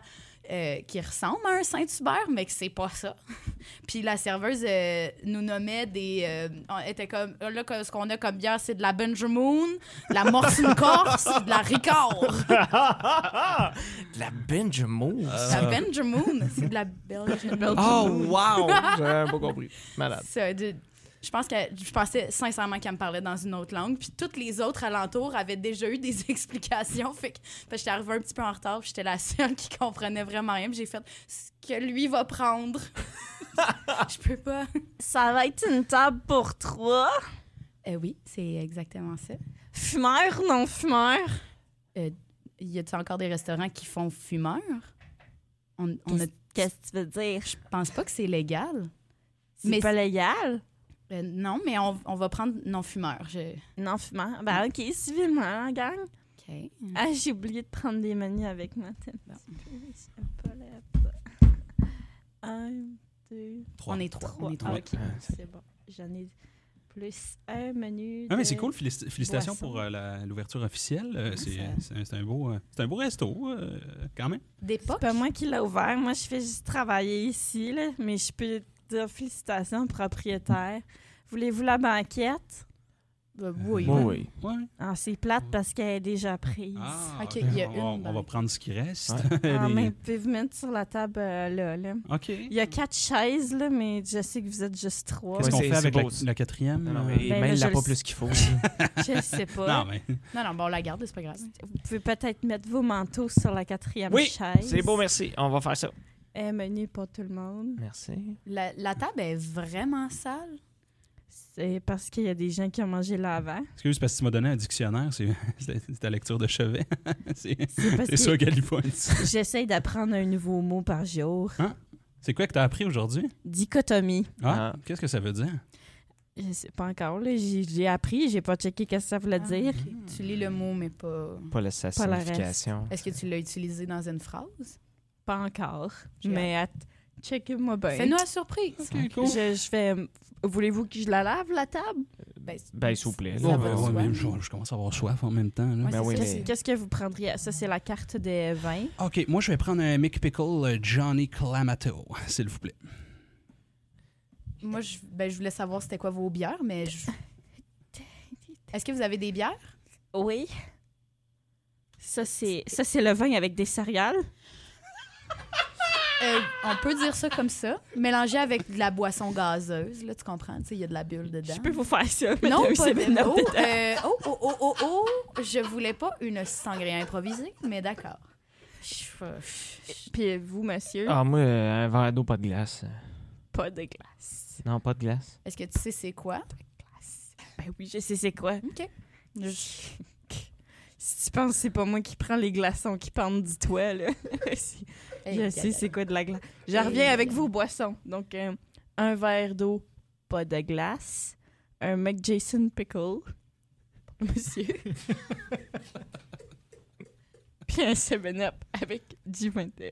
euh, qui ressemble à un Saint-Hubert, mais que c'est pas ça. Puis la serveuse euh, nous nommait des. euh, on était comme. Là, que- ce qu'on a comme bière, c'est de la Benjamin, de la Morphine Corse, de la Ricard. La Benjamin. La Benjamin, c'est de la Belgian. Euh. Oh wow, j'avais pas compris. Malade. Ça, de- je pense que je pensais sincèrement qu'elle me parlait dans une autre langue. Puis toutes les autres alentours avaient déjà eu des explications. Fait que, fait que j'étais arrivée un petit peu en retard. puis j'étais la seule qui comprenait vraiment rien. puis j'ai fait ce que lui va prendre. je peux pas. Ça va être une table pour trois. Euh, oui, c'est exactement ça. Fumeur, non fumeur. Y a-tu encore des restaurants qui font fumeur? On, on a- Qu'est-ce que tu veux dire? je pense pas que c'est légal. Mais- C'est pas légal? Euh, non, mais on, on va prendre non-fumeur. Je... Non fumeur. Mm. Ben ok, civilement, hein, gang. OK. Ah, j'ai oublié de prendre des menus avec moi. Attends un petit peu, j'ai pas la- Un, deux, Trois. On est trois. On est Ah, trois. ok, c'est bon. J'en ai plus un menu. Ah, mais de- c'est cool. Félici- Félicitations Boisson. pour euh, la- l'ouverture officielle. Euh, c'est- ça- c'est un- c'est un, beau, euh, c'est un beau resto, euh, quand même. D'époque, C'est pas moi qui l'ai ouvert. Moi, je fais juste travailler ici, là, mais je peux dire félicitations au propriétaire. Voulez-vous la banquette? euh, oui. Oui, Ouais. Ah, c'est plate parce qu'elle est déjà prise. Oh. Ah, Ok, il y a on, une va- on va banquette. prendre ce qui reste. Ah, Des- mais vous pouvez vous mettre sur la table euh, là, là. OK. Il y a quatre chaises, là, mais je sais que vous êtes juste trois. Qu'est-ce qu'on c'est- fait avec c'est la, beau, ça. la quatrième? Non, non, euh, mais Ben, même là, il a je pas le plus qu'il faut. aussi. Je sais pas. non, mais Non, non, bon, on la garde, c'est pas grave. Vous pouvez peut-être mettre vos manteaux sur la quatrième Oui, chaise. C'est beau, merci. On va faire ça. Un menu pour tout le monde. Merci. La, la table est vraiment sale. C'est parce qu'il y a des gens qui ont mangé là avant. excuse, parce que tu m'as donné un dictionnaire. C'est c'est- c'est ta lecture de chevet. c'est C'est parce c'est ça que qu'elle y pointe. j'essaye d'apprendre un nouveau mot par jour. C'est quoi que tu as appris aujourd'hui? Dichotomie. Ah, Ah. Qu'est-ce que ça veut dire? Je sais pas encore, là. J'ai j'ai appris, j'ai pas checké qu'est-ce que ça Ah. voulait dire. Tu lis le mot, mais pas. Pas la sa Pas le reste. signification. Est-ce que tu l'as utilisé dans une phrase? Pas encore. J'ai Mais att- checkez-moi bien. Fais-nous la surprise. Je, je fais. Voulez-vous que je la lave, la table? Ben, c'est- Ben, s'il vous plaît. Ça Ouais, va de ouais, soi. même, je, je commence à avoir soif en même temps. là. Ben Ouais, c'est oui, ça. mais- Qu'est-ce que vous prendriez? Ça, c'est la carte des vins. OK, moi, je vais prendre un Mick Pickle euh, Johnny Clamato, s'il vous plaît. Moi, je, ben, je voulais savoir c'était quoi vos bières, mais je- Est-ce que vous avez des bières? Oui. Ça, c'est ça, c'est le vin avec des céréales. Euh, on peut dire ça comme ça, mélangé avec de la boisson gazeuse, là, tu comprends? Tu sais, il y a de la bulle dedans. Je peux vous faire ça. mais Non, t'as eu pas de... 7 Up oh, dedans. euh, oh, oh, oh, oh, oh, je voulais pas une sangria improvisée, mais d'accord. Je- euh, Puis vous, monsieur, Ah, moi, euh, un verre d'eau, pas de glace. pas de glace. Non, pas de glace. Est-ce que tu sais c'est quoi? Ben oui, je sais c'est quoi. OK. Je- Si tu penses que c'est pas moi qui prends les glaçons qui pendent du toit, là. C'est- Hey, je aïe, sais aïe, c'est quoi de la glace. Je Hey, reviens avec aïe. vos boissons. Donc, euh, un verre d'eau, pas de glace. Un McJason Pickle, monsieur. Puis un 7-Up avec du vin de,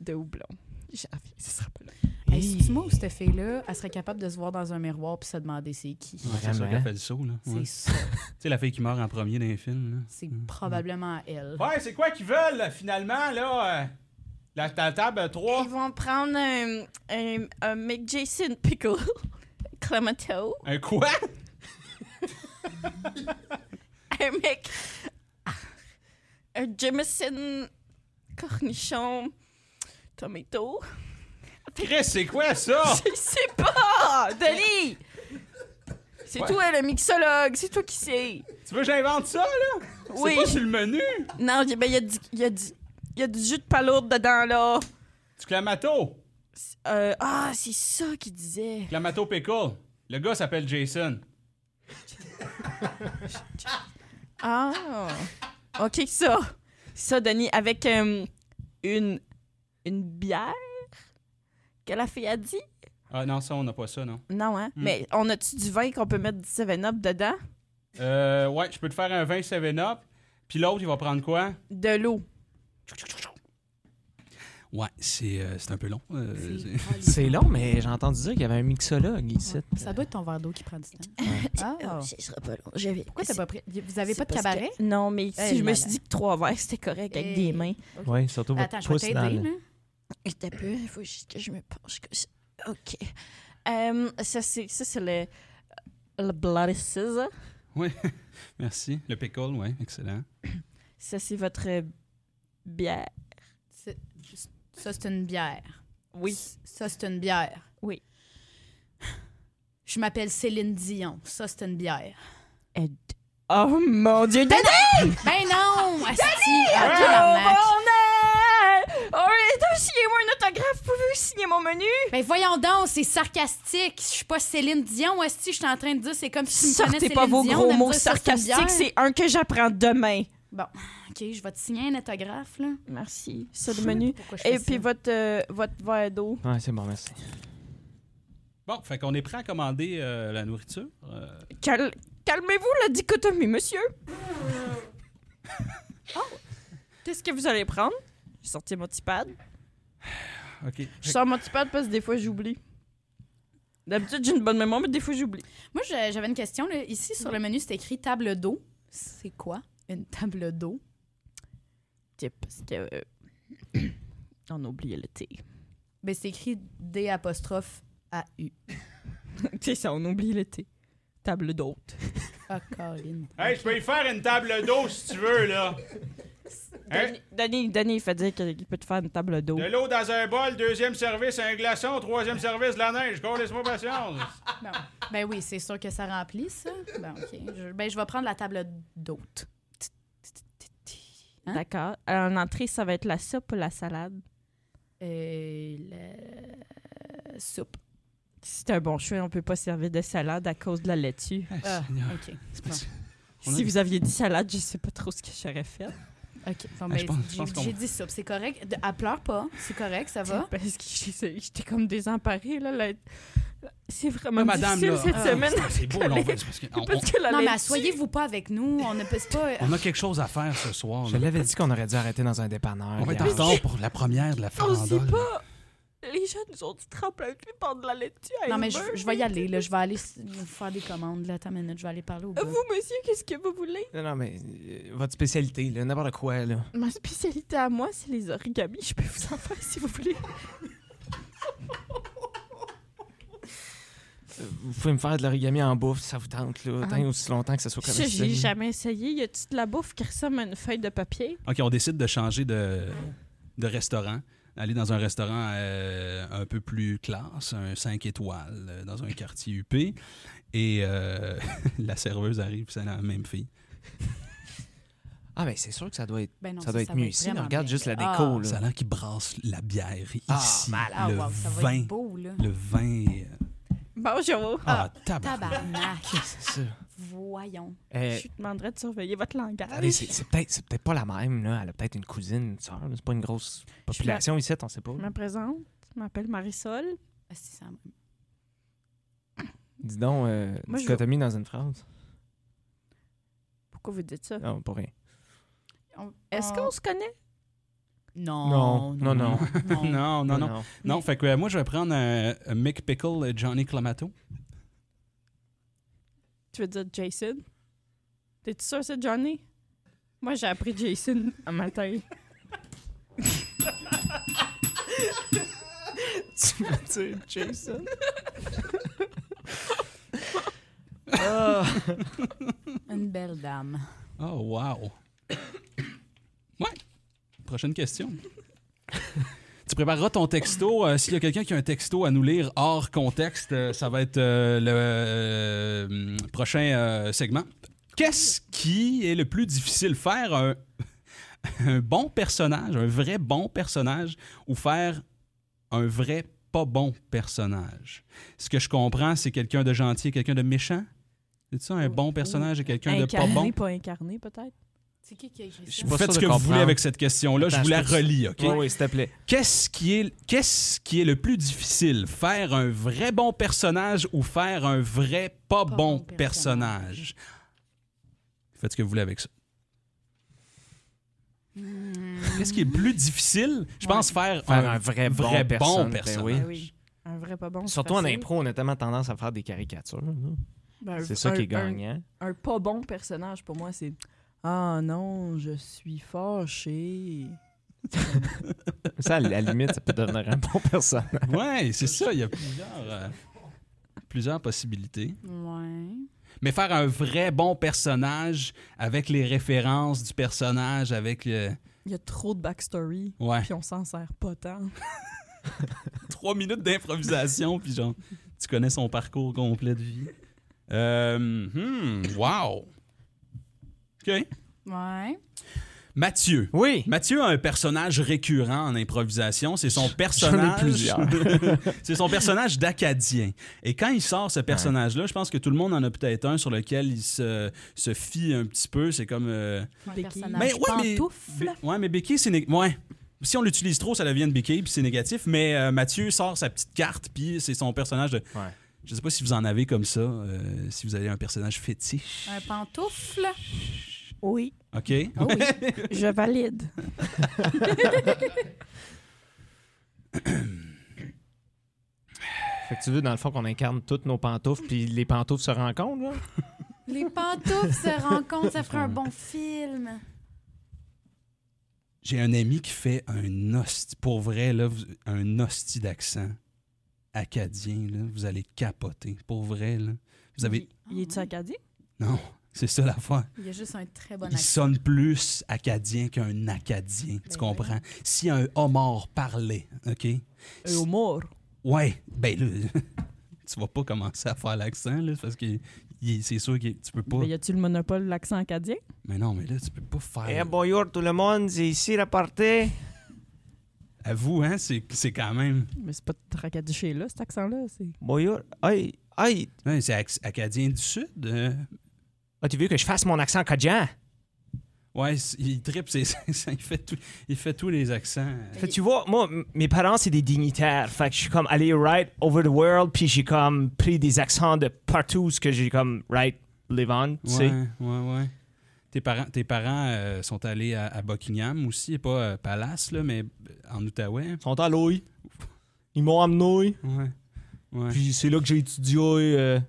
de houblon. J'en reviens, ce sera pas là. aïe. Hey, c'est-tu moi ou cette fille-là, elle serait capable de se voir dans un miroir puis se demander c'est qui? Ouais, c'est Vraiment. sûr qu'elle fait le saut. là. Ouais. C'est ça. Tu sais, la fille qui meurt en premier dans les films. C'est probablement elle. Ouais, c'est quoi qu'ils veulent, finalement, là? euh, La, la table 3? Ils vont prendre un, un, un McJason Pickle, Clamato. Un quoi? un mec. Un Jameson cornichon tomato. Chris, c'est quoi ça? Je sais pas! Delis! C'est Ouais. toi le mixologue, c'est toi qui sais. Tu veux que j'invente ça, là? Oui. C'est pas sur le menu. Non, y- ben y a du, y a du, y a du jus de palourde dedans là. Du clamato. C'est- euh, ah, c'est ça qu'il disait. Clamato pickle. Le gars s'appelle Jason. Ah, ok ça, ça Denis avec euh, une une bière que la fille a dit. Ah non, ça, on n'a pas ça, non. Non, hein? Mais on a-tu du vin qu'on peut mettre du 7-Up dedans? Euh, ouais, je peux te faire un 20 7-up. Puis l'autre, il va prendre quoi? De l'eau. Ouais, ouais c'est euh, c'est un peu long. euh, c'est- C'est long, mais j'ai entendu dire qu'il y avait un mixologue ici. Ça doit être ton verre d'eau qui prend du temps. Ah. Ce sera pas long. Je vais- Pourquoi t'as c'est- pas pris... Vous avez c'est pas parce de que- cabaret? Non, mais si Eh je me là suis là. dit que trois verres, c'était correct avec Eh. des mains. Oui, surtout votre Attends, je vais pouce dans t'aider, le... là. Attends un euh, peu, il faut juste que je me penche comme ça. OK. Euh, ça, c'est ça, c'est le, le Bloody Scissor. Merci. Le pickle, ouais, excellent. Ça, c'est votre euh, bière. C'est- Ça, c'est une bière. Oui. Ça, c'est une bière. Oui. Je m'appelle Céline Dion. Ça, c'est une bière. Et- Oh mon Dieu, Denis! Ben non! Asti, ah, Joe tabarnak. Bonnet! Oh, signez-moi un autographe, pouvez-vous signer mon menu? Ben voyons donc, c'est sarcastique. Je suis pas Céline Dion. Asti, je suis en train de dire, c'est comme si tu me prenais Sortez Céline pas vos Dion gros de me mots dire ça, c'est une bière. sarcastiques, c'est un que j'apprends demain. OK, je vais te signer un autographe, là. Merci, ça Je le sais menu. pas pourquoi je fais Et puis ça. votre, euh, votre verre d'eau. Ouais, c'est bon, merci. Bon, fait qu'on est prêt à commander euh, la nourriture. Euh, Cal- Calmez-vous la dichotomie, monsieur. Oh. Qu'est-ce que vous allez prendre? J'ai sorti mon petit pad. OK. Je sors mon petit pad parce que des fois, j'oublie. D'habitude, j'ai une bonne mémoire, mais des fois, j'oublie. Moi, je- j'avais une question. là. Ici, sur le menu, c'est écrit table d'eau. C'est quoi une table d'eau? C'est Parce que... euh, on a oublié le thé. Ben, c'est écrit D apostrophe A-U. C'est ça, on oublie le thé. Table d'hôte. Ah, Colin. Hey, je peux y faire une table d'eau si tu veux, là. Hein? Danny, Danny, il fait dire qu'il peut te faire une table d'eau. De l'eau dans un bol, deuxième service, un glaçon, troisième service, de la neige. Quoi, laisse-moi patience. Ah, Bon. Ben oui, c'est sûr que ça remplit, ça. Ben, OK. Je, ben, je vais prendre la table d'hôte. hein? D'accord. Alors, en entrée, ça va être la soupe ou la salade? Euh, la soupe. C'est un bon choix, on peut pas servir de salade à cause de la laitue. Ah, Ah, Seigneur. OK. pas- On a Si des- vous aviez dit salade, je sais pas trop ce que j'aurais fait. OK. Bon, Ah, je ben, pense- je j'ai- pense qu'on- j'ai dit soupe. C'est correct. De- elle pleure pas. C'est correct, ça va. Parce que j'ai- j'étais comme désemparée, là. la- C'est vraiment Madame, difficile là. cette Ah, semaine. C'est beau, là, on va- c'est parce que- on- on- Parce que la Non, mais lecture- asseyez-vous pas avec nous. On ne peut c'est pas. euh, on a quelque chose à faire ce soir. Je là. l'avais dit qu'on aurait dû arrêter dans un dépanneur. On va être en Léa. retard pour la première de la On se farandole. dit pas. Les gens nous ont dit trempe avec lui pendant la lecture. à Non, mais je, Edinburgh. je vais y aller. Là. Je vais aller s- vous faire des commandes. Là, attends une minute, je vais aller parler au gars. Vous, monsieur, qu'est-ce que vous voulez? Non, non, mais euh, votre spécialité, là, n'importe quoi, là. Ma spécialité à moi, c'est les origamis. Je peux vous en faire si vous voulez. Euh, Vous pouvez me faire de l'origami en bouffe, si ça vous tente, là. Ah. Tant et aussi longtemps que ça soit comme Je j'ai jamais essayé. Y a-tu de la bouffe qui ressemble à une feuille de papier? OK, on décide de changer de, de restaurant, aller dans un restaurant euh, un peu plus classe, un 5 étoiles, euh, dans un quartier UP. Et euh, la serveuse arrive, c'est la même fille. Ah, ben c'est sûr que ça doit être, Ben non, ça doit être mieux va ici. là. vraiment Regarde bien. juste la Ah. déco, Ça là. a l'air qu'il brasse la bière ici. Ah, Ah, le wow, ça va vin. être beau, là. Le vin. euh, Bonjour. Ah, tabac. Tabarnak. Qu'est-ce que c'est ça? Voyons. Euh, Je vous demanderais de surveiller votre Attendez, langage. c'est c'est peut-être c'est peut-être pas la même, là. Elle a peut-être une cousine, une sœur. là. C'est pas une grosse population ici, on sait pas. Je me présente. Je m'appelle Marisol. Ah, c'est ça. Dis donc, euh, Moi, je dichotomie dans une phrase. Pourquoi vous dites ça? Non, pas rien. On- Est-ce on- qu'on se connaît? Oh, Non. Non, non, non. non. Non, non, non. Non, Mais- fait que euh, moi, je vais prendre un un Mick Pickle euh, Johnny Clamato. Tu veux dire Jason? T'es-tu sûr c'est Johnny? Moi, j'ai appris Jason un matin. tu veux dire Jason? Ah. Une belle dame. Oh, wow. Ouais. Prochaine question. tu prépareras ton texto. Euh, S'il y a quelqu'un qui a un texto à nous lire hors contexte, euh, ça va être euh, le euh, prochain euh, segment. Qu'est-ce qui est le plus difficile faire un, un bon personnage, un vrai bon personnage, ou faire un vrai pas bon personnage? Ce que je comprends, c'est quelqu'un de gentil et quelqu'un de méchant. C'est ça, un bon personnage et quelqu'un de pas incarné, bon? pas incarné, peut-être? C'est qui qui a écrit Je ça? suis pas Faites sûr ce de que vous comprendre. voulez avec cette question-là. Je Attends, vous la je peux- relis, OK? Oui, oui, s'il te plaît. Qu'est-ce qui, est, qu'est-ce qui est le plus difficile? Faire un vrai bon personnage ou faire un vrai pas, Pas bon bon personnage? Faites ce que vous voulez avec ça. Hmm. Qu'est-ce qui est le plus difficile? Je pense faire, Faire un vrai bon vrai bon personne, ben personnage. oui. Ben oui. Un vrai pas bon. c'est Surtout en facile. impro, on a tellement tendance à faire des caricatures. là. Ben, un- C'est ça qui un- est gagnant. Un, un pas bon personnage, pour moi, c'est... Ah non, je suis fâché. Ça, à la limite, ça peut devenir un bon personnage. Ouais, c'est ça. Il y a plusieurs, euh, plusieurs possibilités. Ouais. Mais faire un vrai bon personnage avec les références du personnage, avec... euh, Il y a trop de backstory, ouais. puis on s'en sert pas tant. trois minutes d'improvisation, puis genre, tu connais son parcours complet de vie. Euh, hmm, wow! OK. Ouais. Mathieu. Oui! Mathieu a un personnage récurrent en improvisation. C'est son J'en ai personnage. plusieurs. C'est son personnage d'Acadien. Et quand il sort ce personnage-là, je pense que tout le monde en a peut-être un sur lequel il se, se fie un petit peu. C'est comme. euh, Un Becky. personnage mais ouais, mais, pantoufle. Bé- ouais, mais béquille, c'est né- ouais. Si on l'utilise trop, ça devient une béquille, puis c'est négatif. Mais euh, Mathieu sort sa petite carte, puis c'est son personnage de. Ouais. Je sais pas si vous en avez comme ça, euh, si vous avez un personnage fétiche. Un pantoufle. Oui, OK? oui. je valide. Fait que tu veux, dans le fond, qu'on incarne toutes nos pantoufles, puis les pantoufles se rencontrent, là? Les pantoufles se rencontrent, ça ferait un bon film. J'ai un ami qui fait un hostie, pour vrai, là, vous- un hostie d'accent acadien, là, vous allez capoter. Pour vrai, là. Vous avez. Il est-tu acadien? Non, c'est ça la fois. Il y a juste un très bon Il acteur. sonne plus acadien qu'un acadien, tu Ben comprends? Si un homard parlait, OK? Un Humour. Ouais, ben là, tu vas pas commencer à faire l'accent, là, parce que il- c'est sûr que tu peux pas. Mais Ben, y a-tu le monopole de l'accent acadien? Mais non, mais là, tu peux pas faire. Eh, bonjour tout le monde, c'est ici la partie. Avoue, hein, c'est c'est quand même. Mais c'est pas tracadiché là, cet accent-là. C'est... Bonjour, aïe, aïe. Ouais, c'est ac- acadien du Sud. euh. Ah, tu veux que je fasse mon accent acadien? Ouais, c- il tripe, c'est- c'est- il, fait tout- il fait tous les accents. Fait que tu vois, moi, m- mes parents, c'est des dignitaires. Fait que je suis comme allé right over the world, puis j'ai comme pris des accents de partout, ce que j'ai comme right, live on, tu Ouais, sais. ouais, ouais. Tes parents, tes parents euh, sont allés à, à Buckingham aussi, et pas euh, Palace, là, mais euh, en Outaouais. Ils sont à l'ouïe. Ils m'ont amené, Ouais. Ouais. puis c'est là que j'ai étudié euh,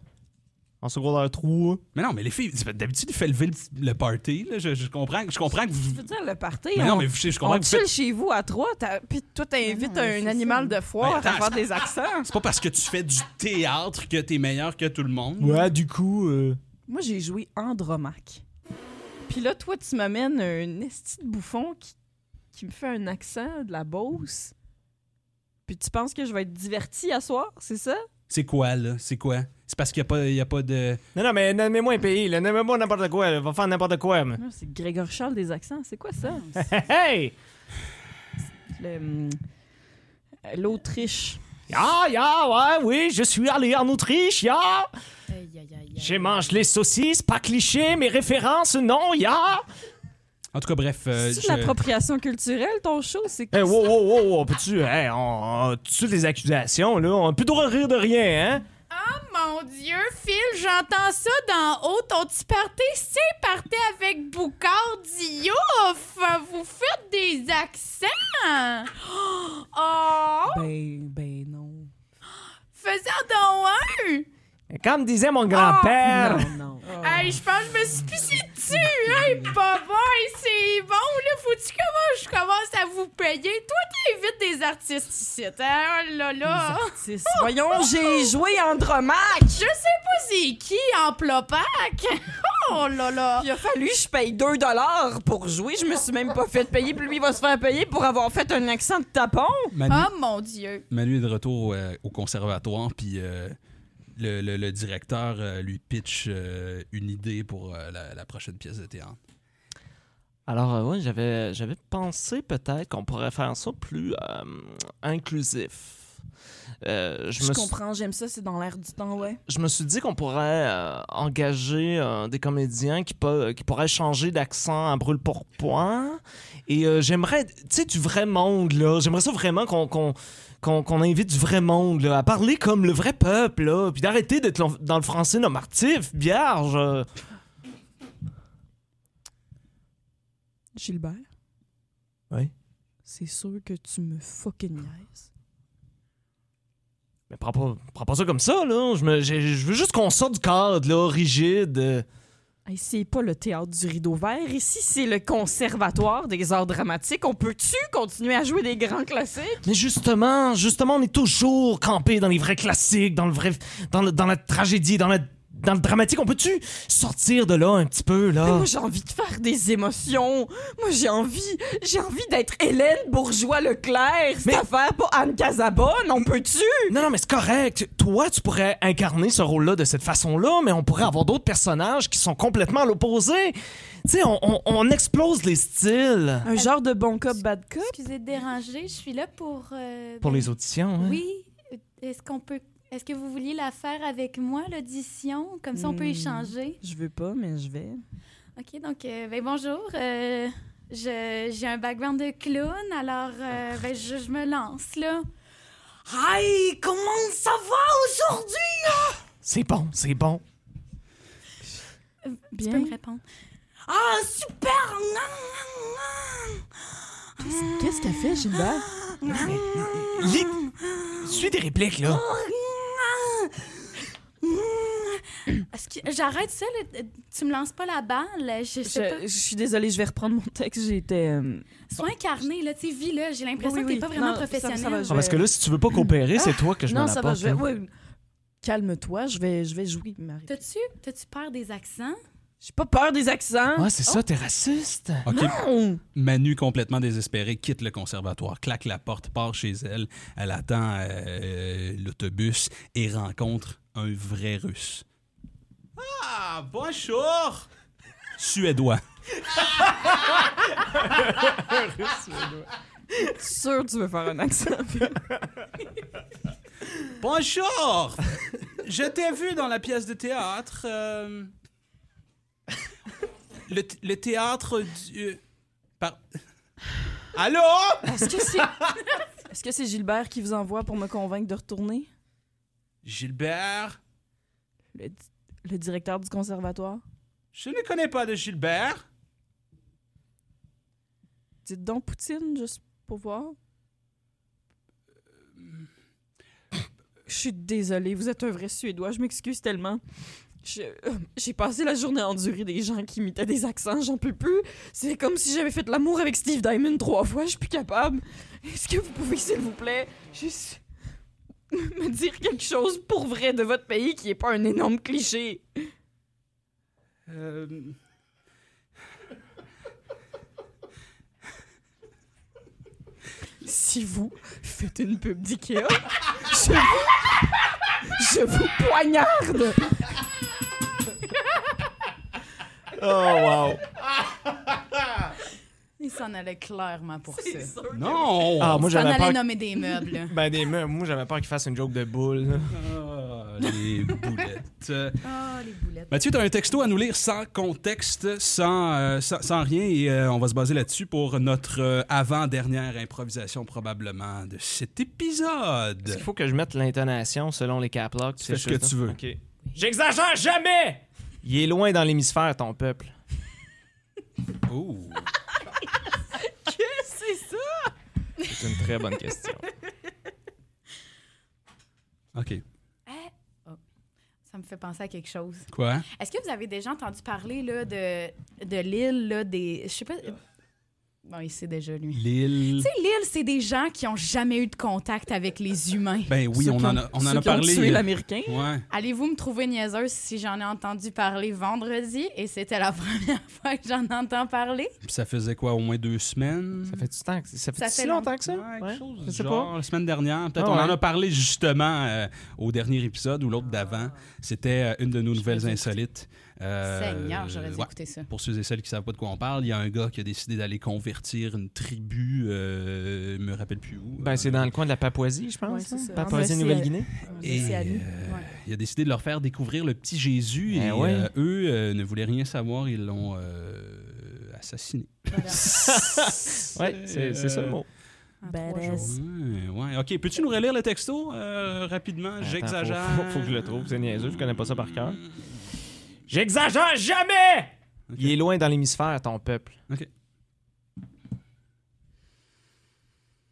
en secondaire 3. Mais non, mais les filles, d'habitude, il fait lever le, le party. Là. Je, je comprends, je comprends que vous. Tu veux dire, le party, Mais non, on- mais vous- je, je comprends On que vous faites- chill chez vous à trois, t'as- puis toi, t'invites Non, non, mais un c'est animal ça. de foire Mais attends, à faire des accents. C'est pas parce que tu fais du théâtre que t'es meilleur que tout le monde. Ouais, du coup, euh, Moi, j'ai joué Andromaque. Puis là, toi, tu m'amènes un esti de bouffon qui, qui me fait un accent de la Beauce. Puis tu penses que je vais être divertie à soir, c'est ça? C'est quoi, là? C'est quoi? C'est parce qu'il n'y a, pas- il y a pas de. non, non, mais nommez-moi un pays, là, nommez-moi n'importe quoi, là, va faire n'importe quoi. mais- Non, c'est Grégory Charles des accents, c'est quoi ça? Hey! Le, hum, euh, L'Autriche. Ya, ya, ouais, oui, je suis allé en Autriche, ya! Aïe, aïe, aïe, aïe. J'ai mangé les saucisses, pas cliché, mes références, non, ya! En tout cas, bref. euh, c'est je- de l'appropriation culturelle, ton show? C'est Eh, wow, wow, wow, wow, peux-tu. Hey, on, on tue des accusations, là. On a plus le droit de rire de rien, hein? Mon Dieu, Phil, j'entends ça d'en haut. Ton petit party, c'est parti avec Boucard Diouf. Vous faites des accents. Oh, Ben, ben non. faisant donc un. Comme disait mon grand-père. Non, Ah. non. Hey, je pense que je me suis pissé dessus. Hey, papa, c'est bon, là. Faut-tu comment je commence à vous payer? Toi, t'invites des artistes ici. hein? Oh là là. Artiste. Voyons, j'ai joué Andromaque! Je sais pas c'est qui en plopac. Oh là là. Il a fallu que je paye 2 dollars pour jouer. Je me suis même pas fait payer. Puis lui, il va se faire payer pour avoir fait un accent de tapon. Manu, Ah. Oh mon Dieu. Manu est de retour euh, au conservatoire, puis euh, le, le- le directeur euh, lui pitch euh, une idée pour euh, la, la prochaine pièce de théâtre. Alors, euh, ouais, j'avais, j'avais pensé peut-être qu'on pourrait faire ça plus euh, inclusif. Euh, je, me suis- j'aime ça, c'est dans l'air du temps, ouais. je me suis dit qu'on pourrait euh, engager euh, des comédiens qui, peuvent, qui pourraient changer d'accent à brûle pour point. Et euh, j'aimerais, tu sais, du vrai monde, là. J'aimerais ça vraiment qu'on qu'on- qu'on- qu'on invite du vrai monde, là, à parler comme le vrai peuple, là. Puis d'arrêter d'être l'en- dans le français normatif, vierge. euh. Gilbert. Oui? C'est sûr que tu me fucking niaises. Mais prends pas, prends pas ça comme ça, là. Je me- j'ai- je veux juste qu'on sorte du cadre, là, rigide. euh. Hey, c'est pas le théâtre du rideau vert. Ici, c'est le conservatoire des arts dramatiques. On peut-tu continuer à jouer des grands classiques? Mais justement, justement, on est toujours campé dans les vrais classiques, dans le vrai, dans, le- dans la tragédie, dans la- dans le dramatique. On peut-tu sortir de là un petit peu Mais là Moi, j'ai envie de faire des émotions. Moi, j'ai envie, j'ai envie d'être Hélène Bourgeois-Leclerc. Cette Mais- affaire pour Anne Casabonne, on peut-tu? Non, non, mais c'est correct. Toi, tu pourrais incarner ce rôle-là de cette façon-là, mais on pourrait avoir d'autres personnages qui sont complètement à l'opposé. Tu sais, on, on- on explose les styles Un genre de bon cop, bad cop? Excusez de déranger, je suis là pour. euh, pour ben- les auditions. hein. Oui. euh, Est-ce qu'on peut. Est-ce que vous vouliez la faire avec moi, l'audition? Comme ça, on peut Hmm. échanger. Je veux pas, mais je vais. OK, donc, euh, ben bonjour. euh, je- J'ai un background de clown, alors Ah. euh, ben, je, je me lance, là. Hey, comment ça va aujourd'hui? C'est bon, c'est bon. Tu peux me répondre. Ah, super! Qu'est-ce qu'elle fait, Gilbert? Lis- Suis des répliques, là. Est-ce que- J'arrête ça, là, euh, Tu me lances pas la balle. Je sais Je, je suis désolée, je vais reprendre mon texte. J'étais. euh, pas. Sois incarné, là. Tu sais, vis, là. J'ai l'impression Oui, que t'es oui. pas vraiment Non, ça va, ça va, professionnel. je Ah, parce vais- que là, si tu veux pas coopérer, c'est toi que je non, m'en ça va, apporte, je vais. là. ouais, Calme-toi, je vais, je vais jouer, Marie. T'as-tu t'as-tu peur des accents? J'ai pas peur des accents. Oh. Ouais, c'est ça, t'es raciste. OK, Non! Manu, complètement désespéré, quitte le conservatoire, claque la porte, part chez elle. Elle attend euh, euh, l'autobus et rencontre un vrai russe. Ah, bonjour! Suédois. Sûr, tu veux faire un accent. Bonjour! Je t'ai vu dans la pièce de théâtre. euh, le, th- le théâtre du. euh, par- Allô? Est-ce que c'est Est-ce que c'est Gilbert qui vous envoie pour me convaincre de retourner? Gilbert? Le, di- le directeur du conservatoire? Je ne connais pas de Gilbert. Dites donc Poutine, juste pour voir. Je suis désolée, vous êtes un vrai Suédois, je m'excuse tellement. Je- euh, J'ai passé la journée à endurer des gens qui imitaient des accents, j'en peux plus. C'est comme si j'avais fait l'amour avec Steve Diamond trois fois, je suis plus capable. Est-ce que vous pouvez, s'il vous plaît, juste me dire quelque chose pour vrai de votre pays qui est pas un énorme cliché? Euh, Si vous faites une pub d'IKEA, je vous, je vous poignarde! Oh, wow. Il s'en allait clairement pour ça. Il non! Ah, moi, s'en j'avais allait peur. nommer des meubles. Ben, des meubles. Moi, j'avais peur qu'il fasse une joke de boule. Ah, les boulettes. Euh, Ah, les boulettes. Mathieu, tu as un texto à nous lire sans contexte, sans, euh, sans, sans rien, et euh, on va se baser là-dessus pour notre euh, avant-dernière improvisation probablement de cet Est-ce épisode. qu'il faut que je mette l'intonation selon les cap locks? Tu fais ce que tu veux. OK. J'exagère jamais! Il est loin dans l'hémisphère, ton peuple. Oh. C'est une très bonne question. OK. Ça me fait penser à quelque chose. Quoi? Est-ce que vous avez déjà entendu parler là, de, de l'île là, des. Je sais pas. Bon, il sait déjà, lui. L'île. Tu sais, l'île, c'est des gens qui ont jamais eu de contact avec les humains. Ben oui, Ceux on qui en ont- a, on ceux en a qui ont parlé. Euh, tué l'Américain. Ouais. Allez-vous me trouver niaiseuse si j'en ai entendu parler vendredi et c'était la première fois que j'en entends parler? Puis ça faisait quoi, au moins deux semaines? Ça fait du temps que ça fait, Ça fait longtemps que ça? Ouais, quelque chose Je du sais genre, la semaine dernière. Peut-être Ah on en ouais. a parlé justement euh, au dernier épisode ou l'autre d'avant. C'était euh, une de nos nouvelles Ah. les ai insolites. Euh, Seigneur, j'aurais dû ouais. écouter ça. Pour ceux et celles qui savent pas de quoi on parle, il y a un gars qui a décidé d'aller convertir une tribu, euh, je me rappelle plus où. Euh, Ben, c'est dans le coin de la Papouasie, je pense. Ouais, c'est hein? ça. Papouasie, En fait, Nouvelle-Guinée. Et, C'est à lui. euh, Ouais. Il a décidé de leur faire découvrir le petit Jésus Ben et ouais. euh, eux euh, ne voulaient rien savoir, ils l'ont euh, assassiné. Voilà. euh, Ouais, c'est c'est ça le mot. En Badass. trois jours. Ouais, ouais. OK, peux-tu nous relire le texto euh, rapidement? Attends, J'exagère. faut- faut- faut que je le trouve, c'est niaiseux, je connais pas ça par cœur. J'exagère jamais! Il est loin dans l'hémisphère, ton peuple.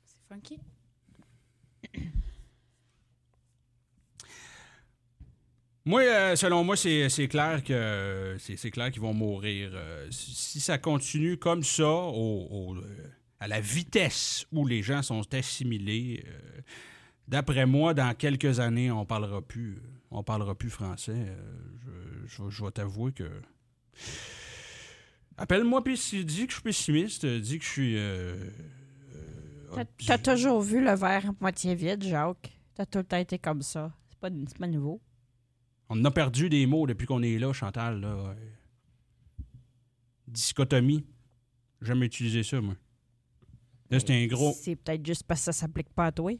C'est funky. Moi, euh, selon moi, c'est c'est clair que euh, c'est c'est clair qu'ils vont mourir. Euh, si si ça continue comme ça, au- au, euh, à la vitesse où les gens sont assimilés, euh, d'après moi, dans quelques années, on parlera plus. euh, On parlera plus français. Euh, je, je vais- je vais t'avouer que. Appelle-moi puis si- dis que je suis pessimiste, euh, dis que je suis. euh, euh, T'as toujours vu le verre à moitié vide, Jacques. T'as tout le temps été comme ça. C'est pas, c'est pas nouveau. On a perdu des mots depuis qu'on est là, Chantal. Là. Euh, Dichotomie. Jamais utilisé ça, moi. Là, c'est un gros. C'est peut-être juste parce que ça s'applique pas à toi.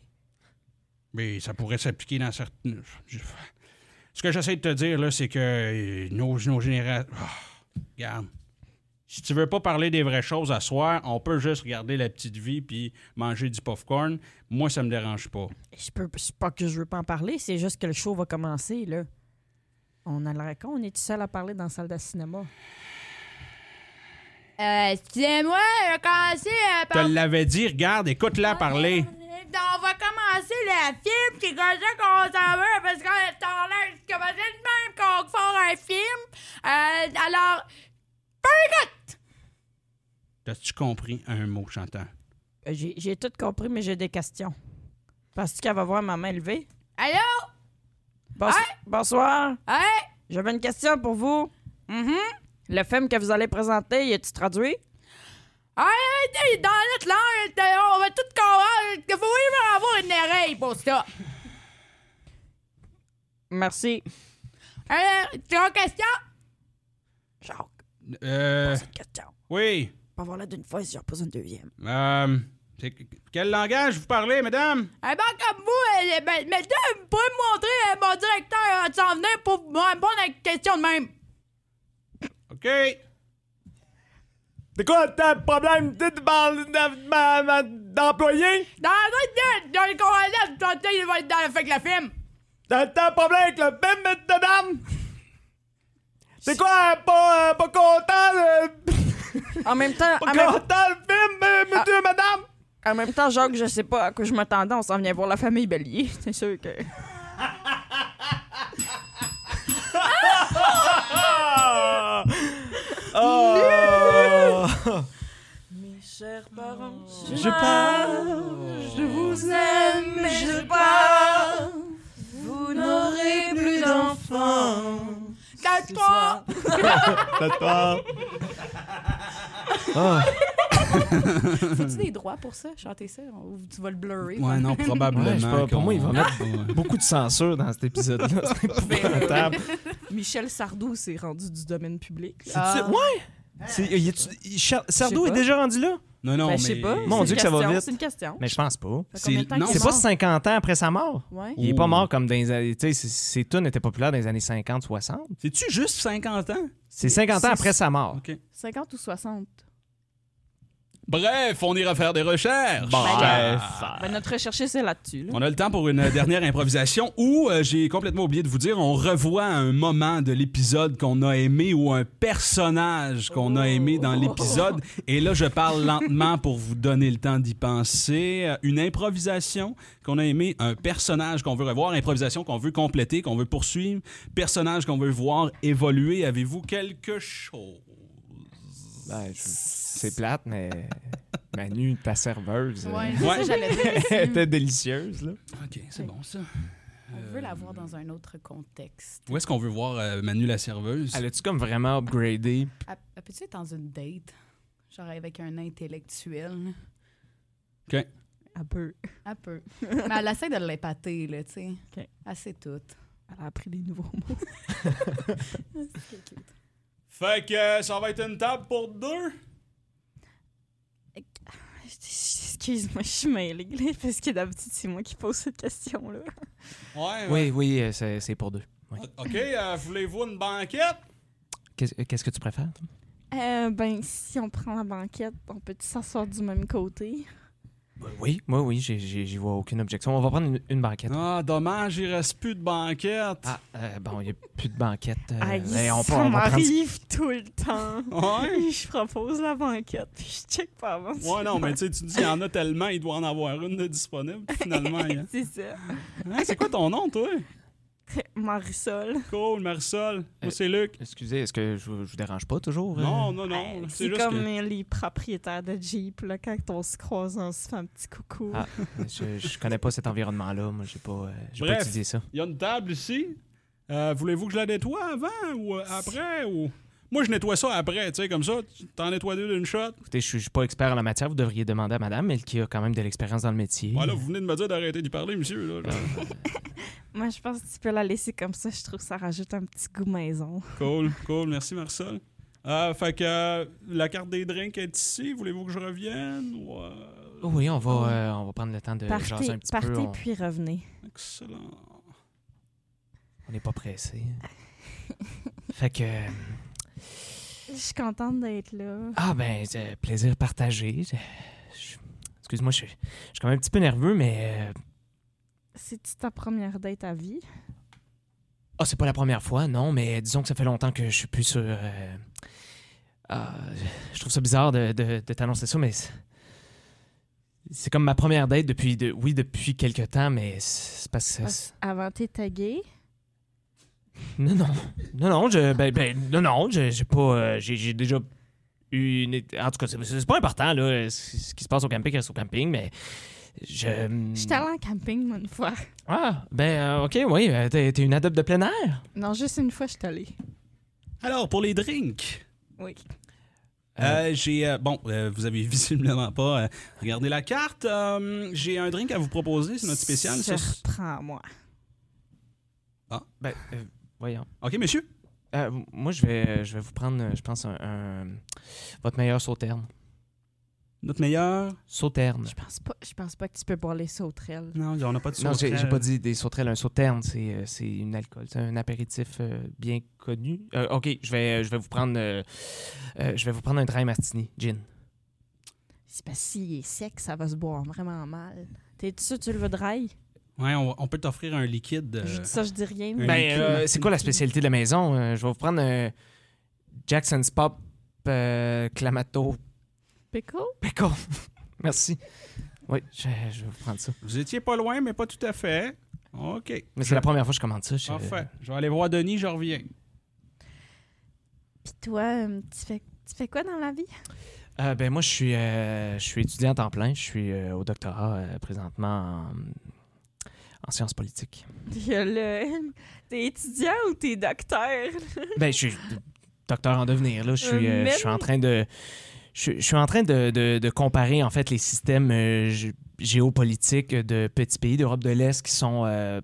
Mais ça pourrait s'appliquer dans certaines. Je- Ce que j'essaie de te dire, là, c'est que euh, nos, nos générations. regarde. Si tu veux pas parler des vraies choses à soir, on peut juste regarder la petite vie puis manger du popcorn. Moi, ça me dérange pas. Je peux, c'est pas que je veux pas en parler, c'est juste que le show va commencer, là. On a le con, on est tout seul à parler dans la salle de cinéma. Euh, excusez-moi, j'ai commencé à Je te l'avais dit, regarde, écoute-la parler. On va commencer le film, c'est comme ça qu'on s'en veut, parce que dans l'air, c'est comme ça de même qu'on fait un film. Euh, alors, T'as-tu compris un mot, Chantal? Euh, J'ai, j'ai tout compris, mais j'ai des questions. Penses-tu qu'elle va voir ma main levée? allô? Bonso- Bonsoir, Hein? j'avais une question pour vous. Le film que vous allez présenter, il est-tu traduit? Hey, dans notre langue, euh, on va tout comprendre. Faut vraiment avoir une oreille pour ça. Merci. Alors, Euh, tu as une question? Jacques, Euh. une question. Oui. Pas voilà d'une fois si j'en pose une deuxième. Euh, c'est- quel langage vous parlez, mesdames? Un banc Eh comme vous, euh, ben, mais tu pourrais me montrer euh, mon directeur à s'en venir pour me répondre à une question de même. OK. De quoi t'as un problème tu parles de- ma- ma- d'employé? Dans le dans le condamné, tantôt, il va être dans le fait que la film. T'as t'as un problème avec le film de dame? C'est quoi, euh, pas, euh, pas content le... En même Oh temps, Ah, Pas en même, content le film, euh, monsieur, madame? en même temps, Jacques, je sais pas à quoi je m'attendais. On s'en vient voir la famille Bélier. C'est sûr que. Ah! Oh! Ah! Mes chers parents, Je parle. je vous aime, je pars. Vous n'aurez plus d'enfants. Tantôt, T'as Ah. Faut-tu des droits pour ça, chanter ça? Ou tu vas le blurrer? Ah. Ouais, non, probablement. Ouais, je sais pas, pour moi, il va qu'on- mettre Ouais. beaucoup de censure dans cet épisode-là. C'est Ben, épouvantable. Michel Sardou s'est rendu du domaine public. là. Ah. C'est- Ouais! C'est- y a-tu- y- Char- Sardou Je sais est pas. déjà rendu là? Non, non, Ben, mais. je sais pas. Mon C'est Dieu une que ça va question, vite. C'est une question. Mais je pense pas. Ça fait C'est- combien de temps non, qu'il C'est est pas mort? 50 ans après sa mort. Ouais. Il est Oh. pas mort comme dans les années. Tu sais, ses- ses tunes étaient populaires dans les années 50, 60. C'est-tu juste 50 ans? C'est 50 ans c'est- après sa mort. 50 ou 60? Bref, on ira faire des recherches. Ben, notre recherchiste est là-dessus. là. On a le temps pour une euh, dernière improvisation où euh, j'ai complètement oublié de vous dire, on revoit un moment de l'épisode qu'on a aimé ou un personnage qu'on a aimé dans l'épisode. Et là, je parle lentement pour vous donner le temps d'y penser. Euh, Une improvisation qu'on a aimé, un personnage qu'on veut revoir, improvisation qu'on veut compléter, qu'on veut poursuivre, personnage qu'on veut voir évoluer. Avez-vous quelque chose? Ben, je- C'est plate, mais Manu, ta serveuse, euh, Ouais, Ouais. ça, j'allais dire. était délicieuse. Là. Ok, c'est bon ça. On veut la voir dans un autre contexte. Où est-ce qu'on veut voir euh, Manu la serveuse? Elle a-tu comme vraiment upgradé? Ah, ah, Peux-tu être dans une date? Genre avec un intellectuel? Un peu. Un peu. Mais elle essaie de l'épater, là, tu sais. Ok. Assez toute. Elle a appris des nouveaux mots. Fait que euh, ça va être une table pour deux. Excuse-moi, je suis mêlée, là, parce que d'habitude, c'est moi qui pose cette question-là. Ouais. Oui, oui, euh, c'est c'est pour deux. ouais. OK, euh, voulez-vous une banquette? Qu'est-ce euh, qu'est-ce que tu préfères? toi? Euh, ben, si on prend la banquette, on peut s'asseoir du même côté? Oui, moi, oui, j'ai- j'ai- j'y vois aucune objection. On va prendre une, une banquette. Ah, dommage, il reste plus de banquette. Ah, euh, bon, il n'y a plus de banquette. euh, Aïe, ben, on, peut- ça on va prendre- m'arrive tout le temps. Ah. Ouais. Je propose la banquette, puis je check pas avant. Ouais, non, mais tu sais, tu dis, il y en a tellement, il doit en avoir une de disponible. puis Finalement, il y a- C'est ça. Hein, C'est quoi ton nom, toi? Marisol. Cool, Marisol. Euh, Moi, c'est Luc. Excusez, est-ce que je, je vous dérange pas toujours? euh? Non, non, non. Euh, c'est C'est juste comme que. euh, les propriétaires de Jeep, là, quand on se croise, on se fait un petit coucou. Ah, je, je connais pas cet environnement-là. Moi, j'ai pas, euh, j'ai pas Bref. étudié ça. Il y a une table ici. Euh, Voulez-vous que je la nettoie avant ou euh, après? ou Moi, je nettoie ça après, tu sais, comme ça. tu- T'en nettoies deux d'une shot. Écoutez, je suis- je suis pas expert en la matière. Vous devriez demander à madame, elle qui a quand même de l'expérience dans le métier. Voilà, vous venez de me dire d'arrêter d'y parler, monsieur. là. Moi, je pense que tu peux la laisser comme ça. Je trouve que ça rajoute un petit goût maison. Euh, cool, cool. Merci, Marisol. Euh, fait que euh, la carte des drinks est ici. Voulez-vous que je revienne? ou, euh, Oui, on va, euh, on va prendre le temps de jaser Oh. partez, un petit partez peu. On- puis revenez. Excellent. On n'est pas pressé. fait que. euh, Je suis contente d'être là. Ah, ben, c'est un plaisir partagé. Je- je- Excuse-moi, je, je suis quand même un petit peu nerveux, mais. euh, C'est-tu ta première date à vie? Ah, c'est pas la première fois, non, mais disons que ça fait longtemps que je suis plus sur. euh, ah, je trouve ça bizarre de, de- de t'annoncer ça, mais. c'est- C'est comme ma première date depuis. de- oui, depuis quelque temps, mais c'est parce que. Parce- Avant, t'étais gay? Non, non. Non, non, je, ben, ben, non, non, je- j'ai pas. euh, j'ai, j'ai déjà eu une. En tout cas, c'est, c'est pas important, là. euh, Ce ce qui se passe au camping reste au camping, mais. Je. J'étais allée en camping, moi, une fois. Ah, ben, euh, ok, oui. euh, T'es, t'es une adepte de plein air? Non, juste une fois, je suis allée. Alors, pour les drinks. Oui. Euh, j'ai euh, bon, euh, vous avez visiblement pas euh, regardé la carte. Euh, j'ai un drink à vous proposer, c'est notre spécial. ça. Surprends-moi. Ben, euh, voyons. Ok, monsieur. Euh, moi, je vais, je vais vous prendre, euh, je pense, un, un- votre meilleur sauterne. Notre meilleur. Sauterne. Je pense pas, je pense pas que tu peux boire les sauterelles. Non, on n'a pas de Non, j'ai- sauterelles. j'ai pas dit des sauterelles, un sauterne, c'est euh, c'est une alcool, c'est un apéritif euh, bien connu. Euh, ok, je vais, je vais vous prendre, euh, euh, je vais vous prendre un dry martini, gin. C'est parce que s'il est sec, ça va se boire vraiment mal. T'es sûr que tu le veux dry? Ouais, on, on peut t'offrir un liquide. euh, Je dis ça, je dis rien. mais- Un Ben, liquide euh, martini. c'est quoi la spécialité de la maison Euh, Je vais vous prendre un Jackson's Pop euh, Clamato Pickle? Pickle. Merci. Oui, je, je vais vous prendre ça. Vous étiez pas loin, mais pas tout à fait. OK. Mais c'est la première fois que je commande ça. je- Parfait. Je vais aller voir Denis, je reviens. Puis toi, euh, tu fais, tu fais quoi dans la vie? Euh, ben moi, je suis, euh, je suis étudiant à temps plein. Je suis euh, au doctorat euh, présentement en, en sciences politiques. Il y a le- T'es étudiant ou t'es docteur? ben, je suis docteur en devenir. Là. Je, suis, euh, je suis en train de... Je, je suis en train de, de- de comparer en fait les systèmes euh, gé- géopolitiques de petits pays d'Europe de l'Est qui sont euh,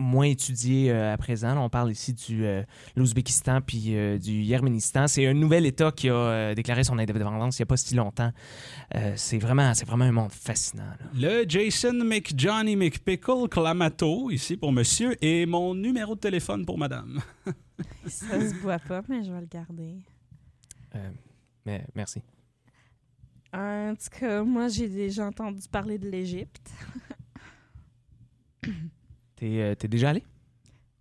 moins étudiés euh, à présent. Là, on parle ici du euh, l'Ouzbékistan puis euh, du Yerménistan. C'est un nouvel État qui a euh, déclaré son indépendance il n'y a pas si longtemps. Euh, c'est vraiment, c'est vraiment un monde fascinant. là. Le Jason McJohnny McPickle Clamato, ici pour monsieur, et mon numéro de téléphone pour madame. Ça se boit pas, mais je vais le garder. Euh, mais merci. En tout cas, moi, j'ai déjà entendu parler de l'Égypte. T'es euh, t'es déjà allé?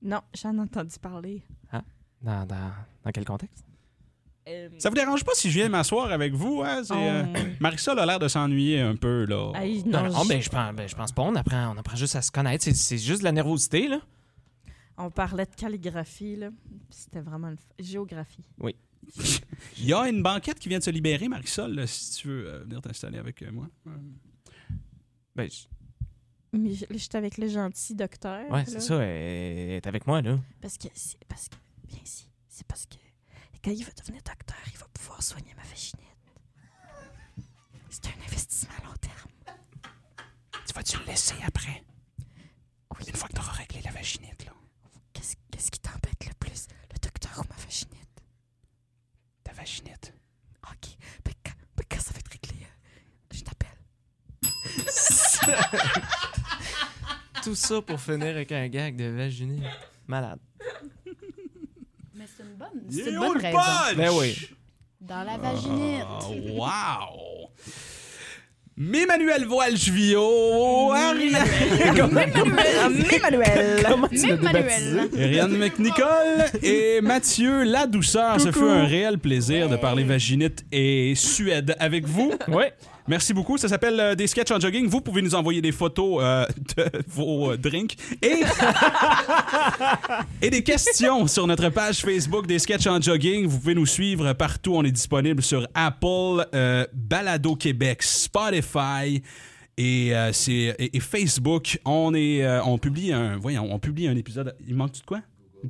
Non, j'en ai entendu parler. Dans, dans- dans quel contexte? Euh, Ça vous dérange pas si je viens m'asseoir avec vous? Hein? C'est, Oh. euh, Marisol a l'air de s'ennuyer un peu, là. hey, Non, non, non, je- ben, je pense, ben, je pense pas. On apprend, on apprend juste à se connaître. C'est- C'est juste de la nervosité, là. On parlait de calligraphie, là. Puis C'était vraiment une... f- Géographie. Il y a une banquette qui vient de se libérer, Marisol, là, si tu veux euh, venir t'installer avec euh, moi. Ben, je- Mais je- j'étais avec le gentil docteur. ouais, là. c'est ça. Elle est avec moi, là. Parce que, c'est parce que, viens ici, c'est parce que quand il va devenir docteur, il va pouvoir soigner ma vaginite. C'est un investissement à long terme. Tu vas-tu le laisser après? Une fois que t'auras réglé la vaginite, là. Qu'est-ce qu'est-ce qui t'embête le plus, le docteur ou ma vaginite? Ta vaginite. Ok, ben quand, ben quand ça va être réglé, euh, je t'appelle. Tout ça pour finir avec un gag de vaginie. Malade. Mais c'est une bonne, c'est une bonne raison. Ben oui. Dans la vaginite. Ah, wow! Emmanuel Voilchvio, Mmh. Comment tu l'as Même Manuel. débaptisé? Ariane McNicol et Mathieu La Douceur. Ce fut un réel plaisir de parler vaginite et Suède avec vous. Ouais. Merci beaucoup. Ça s'appelle euh, Des sketchs en jogging. Vous pouvez nous envoyer des photos euh, de vos euh, drinks et, et des questions sur notre page Facebook Des sketchs en jogging. Vous pouvez nous suivre partout. On est disponible sur Apple, euh, Balado Québec, Spotify. Et, euh, c'est- et, et Facebook, on, est, euh, on, publie un, voyons, on publie un épisode. Il manque tout de quoi?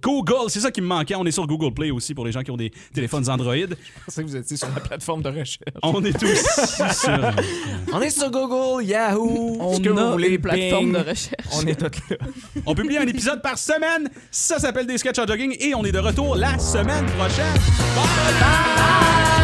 Google, c'est ça qui me manquait. On est sur Google Play aussi pour les gens qui ont des téléphones Android. Je pensais que vous étiez sur la plateforme de recherche. On est aussi sur On est sur Google, Yahoo, On ce que vous a voulez, une plateforme de Bing. recherche. On est toutes là. On publie un épisode par semaine. Ça s'appelle des sketchs en jogging et on est de retour la semaine prochaine. Bye!